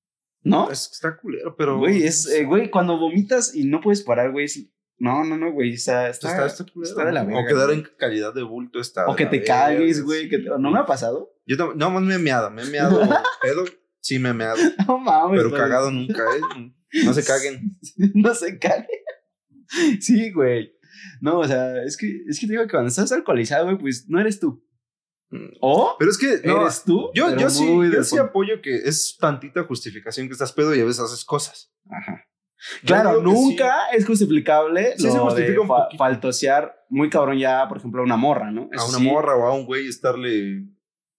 Speaker 1: ¿No?
Speaker 2: es- está culero, pero
Speaker 1: Güey, es,
Speaker 2: no sé.
Speaker 1: eh, güey, cuando vomitas y no puedes parar, güey, es No, no, no, güey. O sea,
Speaker 2: Esto
Speaker 1: está,
Speaker 2: está- está culero,
Speaker 1: está de la
Speaker 2: güey.
Speaker 1: verga,
Speaker 2: O quedar
Speaker 1: güey.
Speaker 2: en calidad de bulto está.
Speaker 1: O
Speaker 2: de
Speaker 1: que
Speaker 2: la
Speaker 1: te
Speaker 2: verga,
Speaker 1: cagues, güey. que te-
Speaker 2: sí.
Speaker 1: ¿No me ha pasado? <laughs>
Speaker 2: Yo tam- no, más me he meado, me he meado pedo. Sí, me he meado.
Speaker 1: No mames.
Speaker 2: Pero
Speaker 1: güey.
Speaker 2: cagado nunca, ¿eh? No se caguen.
Speaker 1: <laughs> no se cague. Sí, güey. No, o sea, es que, es que te digo que cuando estás alcoholizado, güey, pues no eres tú. ¿O?
Speaker 2: Pero es que, no,
Speaker 1: eres tú.
Speaker 2: yo,
Speaker 1: pero
Speaker 2: yo sí,
Speaker 1: muy
Speaker 2: yo
Speaker 1: de
Speaker 2: sí
Speaker 1: fondo.
Speaker 2: apoyo que es tantita justificación que estás pedo y a veces haces cosas.
Speaker 1: Ajá.
Speaker 2: Yo
Speaker 1: Claro,
Speaker 2: digo que
Speaker 1: nunca es justificable.
Speaker 2: Sí, se
Speaker 1: lo de
Speaker 2: justifica un
Speaker 1: fa-
Speaker 2: poquito.
Speaker 1: faltosear muy cabrón ya, por ejemplo, a una morra, ¿no?
Speaker 2: a
Speaker 1: Eso
Speaker 2: una
Speaker 1: sí.
Speaker 2: morra o a un güey estarle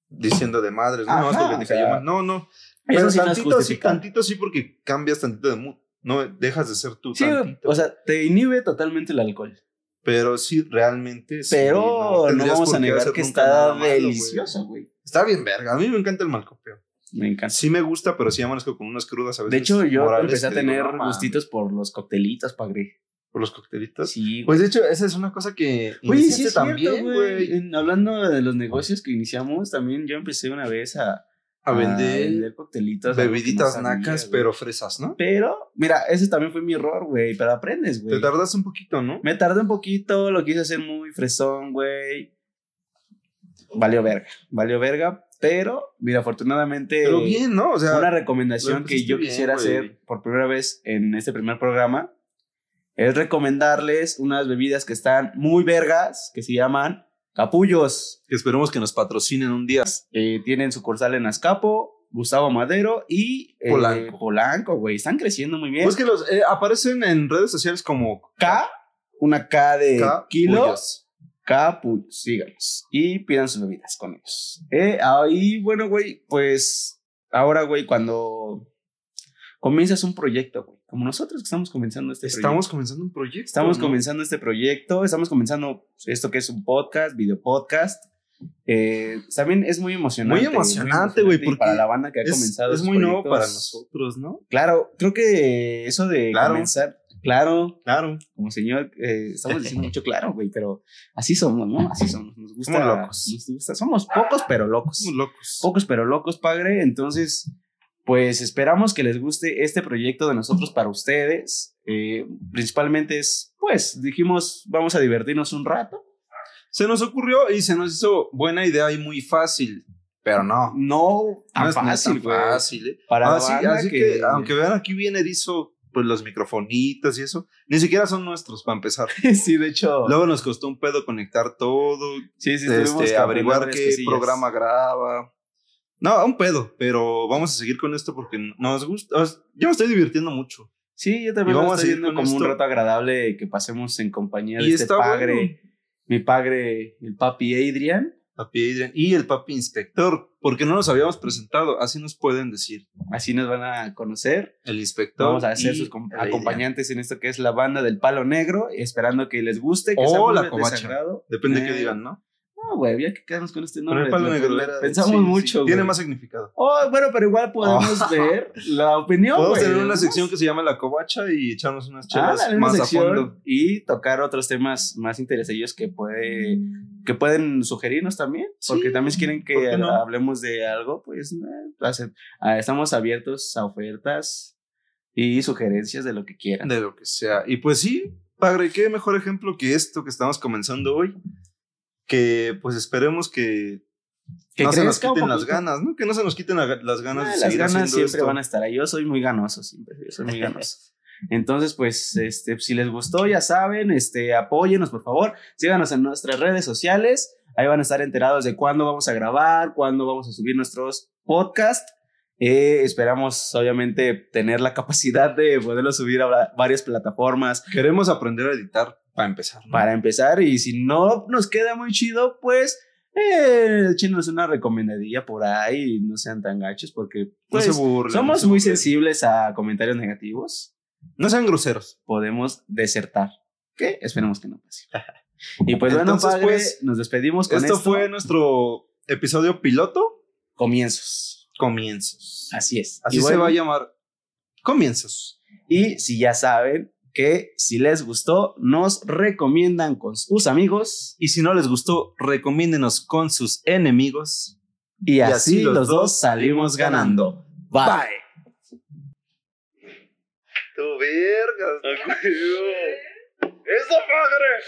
Speaker 2: diciendo de madres, no,
Speaker 1: Ajá,
Speaker 2: más porque
Speaker 1: o
Speaker 2: te
Speaker 1: sea,
Speaker 2: cayó mal. No, no.
Speaker 1: Eso
Speaker 2: Pero
Speaker 1: sí no es
Speaker 2: tantito sí,
Speaker 1: justificable.
Speaker 2: tantito sí porque cambias tantito de mood. No dejas de ser tú
Speaker 1: Sí, güey,
Speaker 2: tantito.
Speaker 1: o sea, te inhibe totalmente el alcohol.
Speaker 2: pero sí, realmente sí,
Speaker 1: pero no,
Speaker 2: tendrías
Speaker 1: vamos
Speaker 2: por
Speaker 1: a
Speaker 2: qué
Speaker 1: negar
Speaker 2: hacer
Speaker 1: que
Speaker 2: nunca nada
Speaker 1: está
Speaker 2: malo, güey.
Speaker 1: delicioso, güey.
Speaker 2: Está bien verga. A mí me encanta el malcopeo.
Speaker 1: Me encanta.
Speaker 2: Sí me gusta, pero sí amanezco con unas crudas a veces.
Speaker 1: De hecho, yo
Speaker 2: Pues morales
Speaker 1: empecé a
Speaker 2: que digo,
Speaker 1: tener
Speaker 2: no mames,
Speaker 1: gustitos por los coctelitos, pagre.
Speaker 2: Por los coctelitos.
Speaker 1: Sí, güey.
Speaker 2: Pues de hecho, esa es una cosa que
Speaker 1: Oye, sí
Speaker 2: hiciste
Speaker 1: es
Speaker 2: también,
Speaker 1: cierto, güey.
Speaker 2: güey.
Speaker 1: En- Hablando de los negocios que iniciamos, también yo empecé una vez a,
Speaker 2: A vender
Speaker 1: coctelitos. algo que
Speaker 2: Ah, bebiditas
Speaker 1: no sabía,
Speaker 2: nacas,
Speaker 1: güey.
Speaker 2: pero fresas, ¿no?
Speaker 1: Pero, mira, ese también fue mi error, güey. Pero aprendes, güey.
Speaker 2: Te tardas un poquito, ¿no?
Speaker 1: Me tardé un poquito, lo quise hacer muy fresón, güey. Valió verga, valió verga, pero, mira, afortunadamente...
Speaker 2: Pero bien, ¿no? O sea,
Speaker 1: Una recomendación
Speaker 2: lo
Speaker 1: que yo
Speaker 2: empezaste bien,
Speaker 1: quisiera
Speaker 2: güey.
Speaker 1: hacer por primera vez en este primer programa es recomendarles unas bebidas que están muy vergas, que se llaman capullos.
Speaker 2: que esperemos que nos patrocinen un día.
Speaker 1: Eh, tienen sucursal en Azcapo, Gustavo Madero y eh,
Speaker 2: Polanco.
Speaker 1: Polanco, güey. Están creciendo muy bien.
Speaker 2: Pues que los eh, aparecen en redes sociales como
Speaker 1: K, una K de
Speaker 2: K.
Speaker 1: kilo.
Speaker 2: Pullas.
Speaker 1: Capu, síganos y pidan sus bebidas con ellos. Eh, ahí, bueno, güey, pues ahora, güey, cuando comienzas un proyecto, güey, como nosotros que estamos comenzando este proyecto.
Speaker 2: Estamos comenzando un proyecto.
Speaker 1: Estamos
Speaker 2: ¿no?
Speaker 1: comenzando este proyecto, estamos comenzando esto que es un podcast, video podcast. Eh, también es muy emocionante.
Speaker 2: Muy emocionante, güey,
Speaker 1: emocionante
Speaker 2: porque
Speaker 1: para la banda que ha
Speaker 2: Es,
Speaker 1: comenzado.
Speaker 2: es
Speaker 1: sus
Speaker 2: muy nuevo
Speaker 1: proyectos.
Speaker 2: para nosotros, ¿no?
Speaker 1: Claro, creo que eso de
Speaker 2: Claro.
Speaker 1: comenzar, claro,
Speaker 2: Claro.
Speaker 1: como señor, eh, estamos diciendo mucho claro, güey, pero así somos, ¿no? Así somos, nos gusta.
Speaker 2: Somos locos.
Speaker 1: Nos gusta, somos pocos, pero locos.
Speaker 2: Somos locos.
Speaker 1: Pocos, pero locos, padre. Entonces, pues esperamos que les guste este proyecto de nosotros para ustedes. Eh, principalmente es, pues, dijimos, vamos a divertirnos un rato.
Speaker 2: Se nos ocurrió y se nos hizo buena idea y muy fácil. Pero no.
Speaker 1: No tan
Speaker 2: no es tan
Speaker 1: fácil, güey.
Speaker 2: fácil, ¿eh?
Speaker 1: Para la
Speaker 2: así
Speaker 1: banda
Speaker 2: así que... aunque vean aquí bien erizo, pues los microfonitos y eso, ni siquiera son nuestros para empezar.
Speaker 1: <laughs> sí, de hecho.
Speaker 2: Luego nos costó un pedo conectar todo,
Speaker 1: sí, sí,
Speaker 2: este,
Speaker 1: tuvimos que
Speaker 2: averiguar
Speaker 1: aprender
Speaker 2: qué
Speaker 1: varias cosillas.
Speaker 2: programa graba. No, un pedo, pero vamos a seguir con esto porque nos gusta. o sea, Yo me estoy divirtiendo mucho.
Speaker 1: Sí, yo
Speaker 2: Y
Speaker 1: también lo
Speaker 2: vamos a
Speaker 1: estoy
Speaker 2: seguir
Speaker 1: viendo
Speaker 2: con
Speaker 1: como un
Speaker 2: esto.
Speaker 1: rato agradable que pasemos en compañía de
Speaker 2: Y
Speaker 1: este
Speaker 2: está
Speaker 1: padre.
Speaker 2: bueno.
Speaker 1: mi padre, el papi Adrian.
Speaker 2: Papi Adrian y el papi inspector, porque no nos habíamos presentado, así nos pueden decir.
Speaker 1: Así nos van a conocer.
Speaker 2: El inspector.
Speaker 1: Vamos a ser
Speaker 2: y
Speaker 1: sus com-
Speaker 2: el Adrian.
Speaker 1: acompañantes en esto que es la banda del Palo Negro, esperando que les guste, que
Speaker 2: O
Speaker 1: sea muy
Speaker 2: la
Speaker 1: de
Speaker 2: covacha.
Speaker 1: desagrado.
Speaker 2: Depende
Speaker 1: Eh,
Speaker 2: que digan, ¿no?
Speaker 1: No, güey, ya que quedarnos con este
Speaker 2: Pero
Speaker 1: nombre.
Speaker 2: el palo
Speaker 1: lo-
Speaker 2: negro.
Speaker 1: Pensamos
Speaker 2: sí, sí,
Speaker 1: mucho,
Speaker 2: Tiene
Speaker 1: güey.
Speaker 2: más significado.
Speaker 1: Oh, bueno, pero igual podemos
Speaker 2: <laughs>
Speaker 1: ver la opinión,
Speaker 2: Vamos a
Speaker 1: güey.
Speaker 2: tener una sección que se llama La Covacha y echarnos unas
Speaker 1: Ah,
Speaker 2: chelas
Speaker 1: dale una
Speaker 2: más a
Speaker 1: sección
Speaker 2: fondo.
Speaker 1: y tocar otros temas más interesantes que puede que pueden sugerirnos también porque
Speaker 2: Sí,
Speaker 1: también si quieren
Speaker 2: ¿por
Speaker 1: que
Speaker 2: qué no?
Speaker 1: hablemos de algo pues eh, hace- ah, estamos abiertos a ofertas y sugerencias de lo que quieran
Speaker 2: De lo que sea. Y pues sí, padre, qué mejor ejemplo que esto que estamos comenzando hoy. Que pues esperemos que,
Speaker 1: Que
Speaker 2: no se nos
Speaker 1: crezca un
Speaker 2: quiten las
Speaker 1: poquito.
Speaker 2: ganas, ¿no? Que no se nos quiten la- las
Speaker 1: Ah,
Speaker 2: ganas de
Speaker 1: las
Speaker 2: seguir
Speaker 1: ganas
Speaker 2: haciendo
Speaker 1: siempre
Speaker 2: esto.
Speaker 1: van a estar ahí yo soy muy ganoso siempre yo soy muy ganoso entonces pues este si les gustó ya saben este apóyenos por favor síganos en nuestras redes sociales ahí van a estar enterados de cuándo vamos a grabar cuándo vamos a subir nuestros podcasts Eh, esperamos obviamente tener la capacidad de poderlo subir a va- varias plataformas
Speaker 2: Queremos aprender a editar para empezar. ¿no?
Speaker 1: para empezar y si no nos queda muy chido, pues eh, échenos una recomendadilla por ahí y no sean tan gachos porque pues,
Speaker 2: no se burlen. no
Speaker 1: somos
Speaker 2: se
Speaker 1: muy
Speaker 2: burlen.
Speaker 1: sensibles a comentarios negativos,
Speaker 2: No sean groseros.
Speaker 1: podemos desertar, que esperemos que no <laughs> pase. Y pues bueno,
Speaker 2: Entonces,
Speaker 1: padre,
Speaker 2: pues,
Speaker 1: nos despedimos con
Speaker 2: Esto,
Speaker 1: esto.
Speaker 2: fue nuestro episodio piloto,
Speaker 1: comienzos.
Speaker 2: comienzos.
Speaker 1: Así es.
Speaker 2: Así
Speaker 1: y,
Speaker 2: se
Speaker 1: bueno,
Speaker 2: va a llamar, comienzos.
Speaker 1: y si ya saben que si les gustó, nos recomiendan con sus amigos
Speaker 2: Y si no les gustó, recomiéndenos con sus enemigos.
Speaker 1: y, así,
Speaker 2: así
Speaker 1: los,
Speaker 2: los
Speaker 1: dos salimos ganando. Bye.
Speaker 2: Tu vergas.
Speaker 3: ¿Eh?
Speaker 2: ¡Esa madre!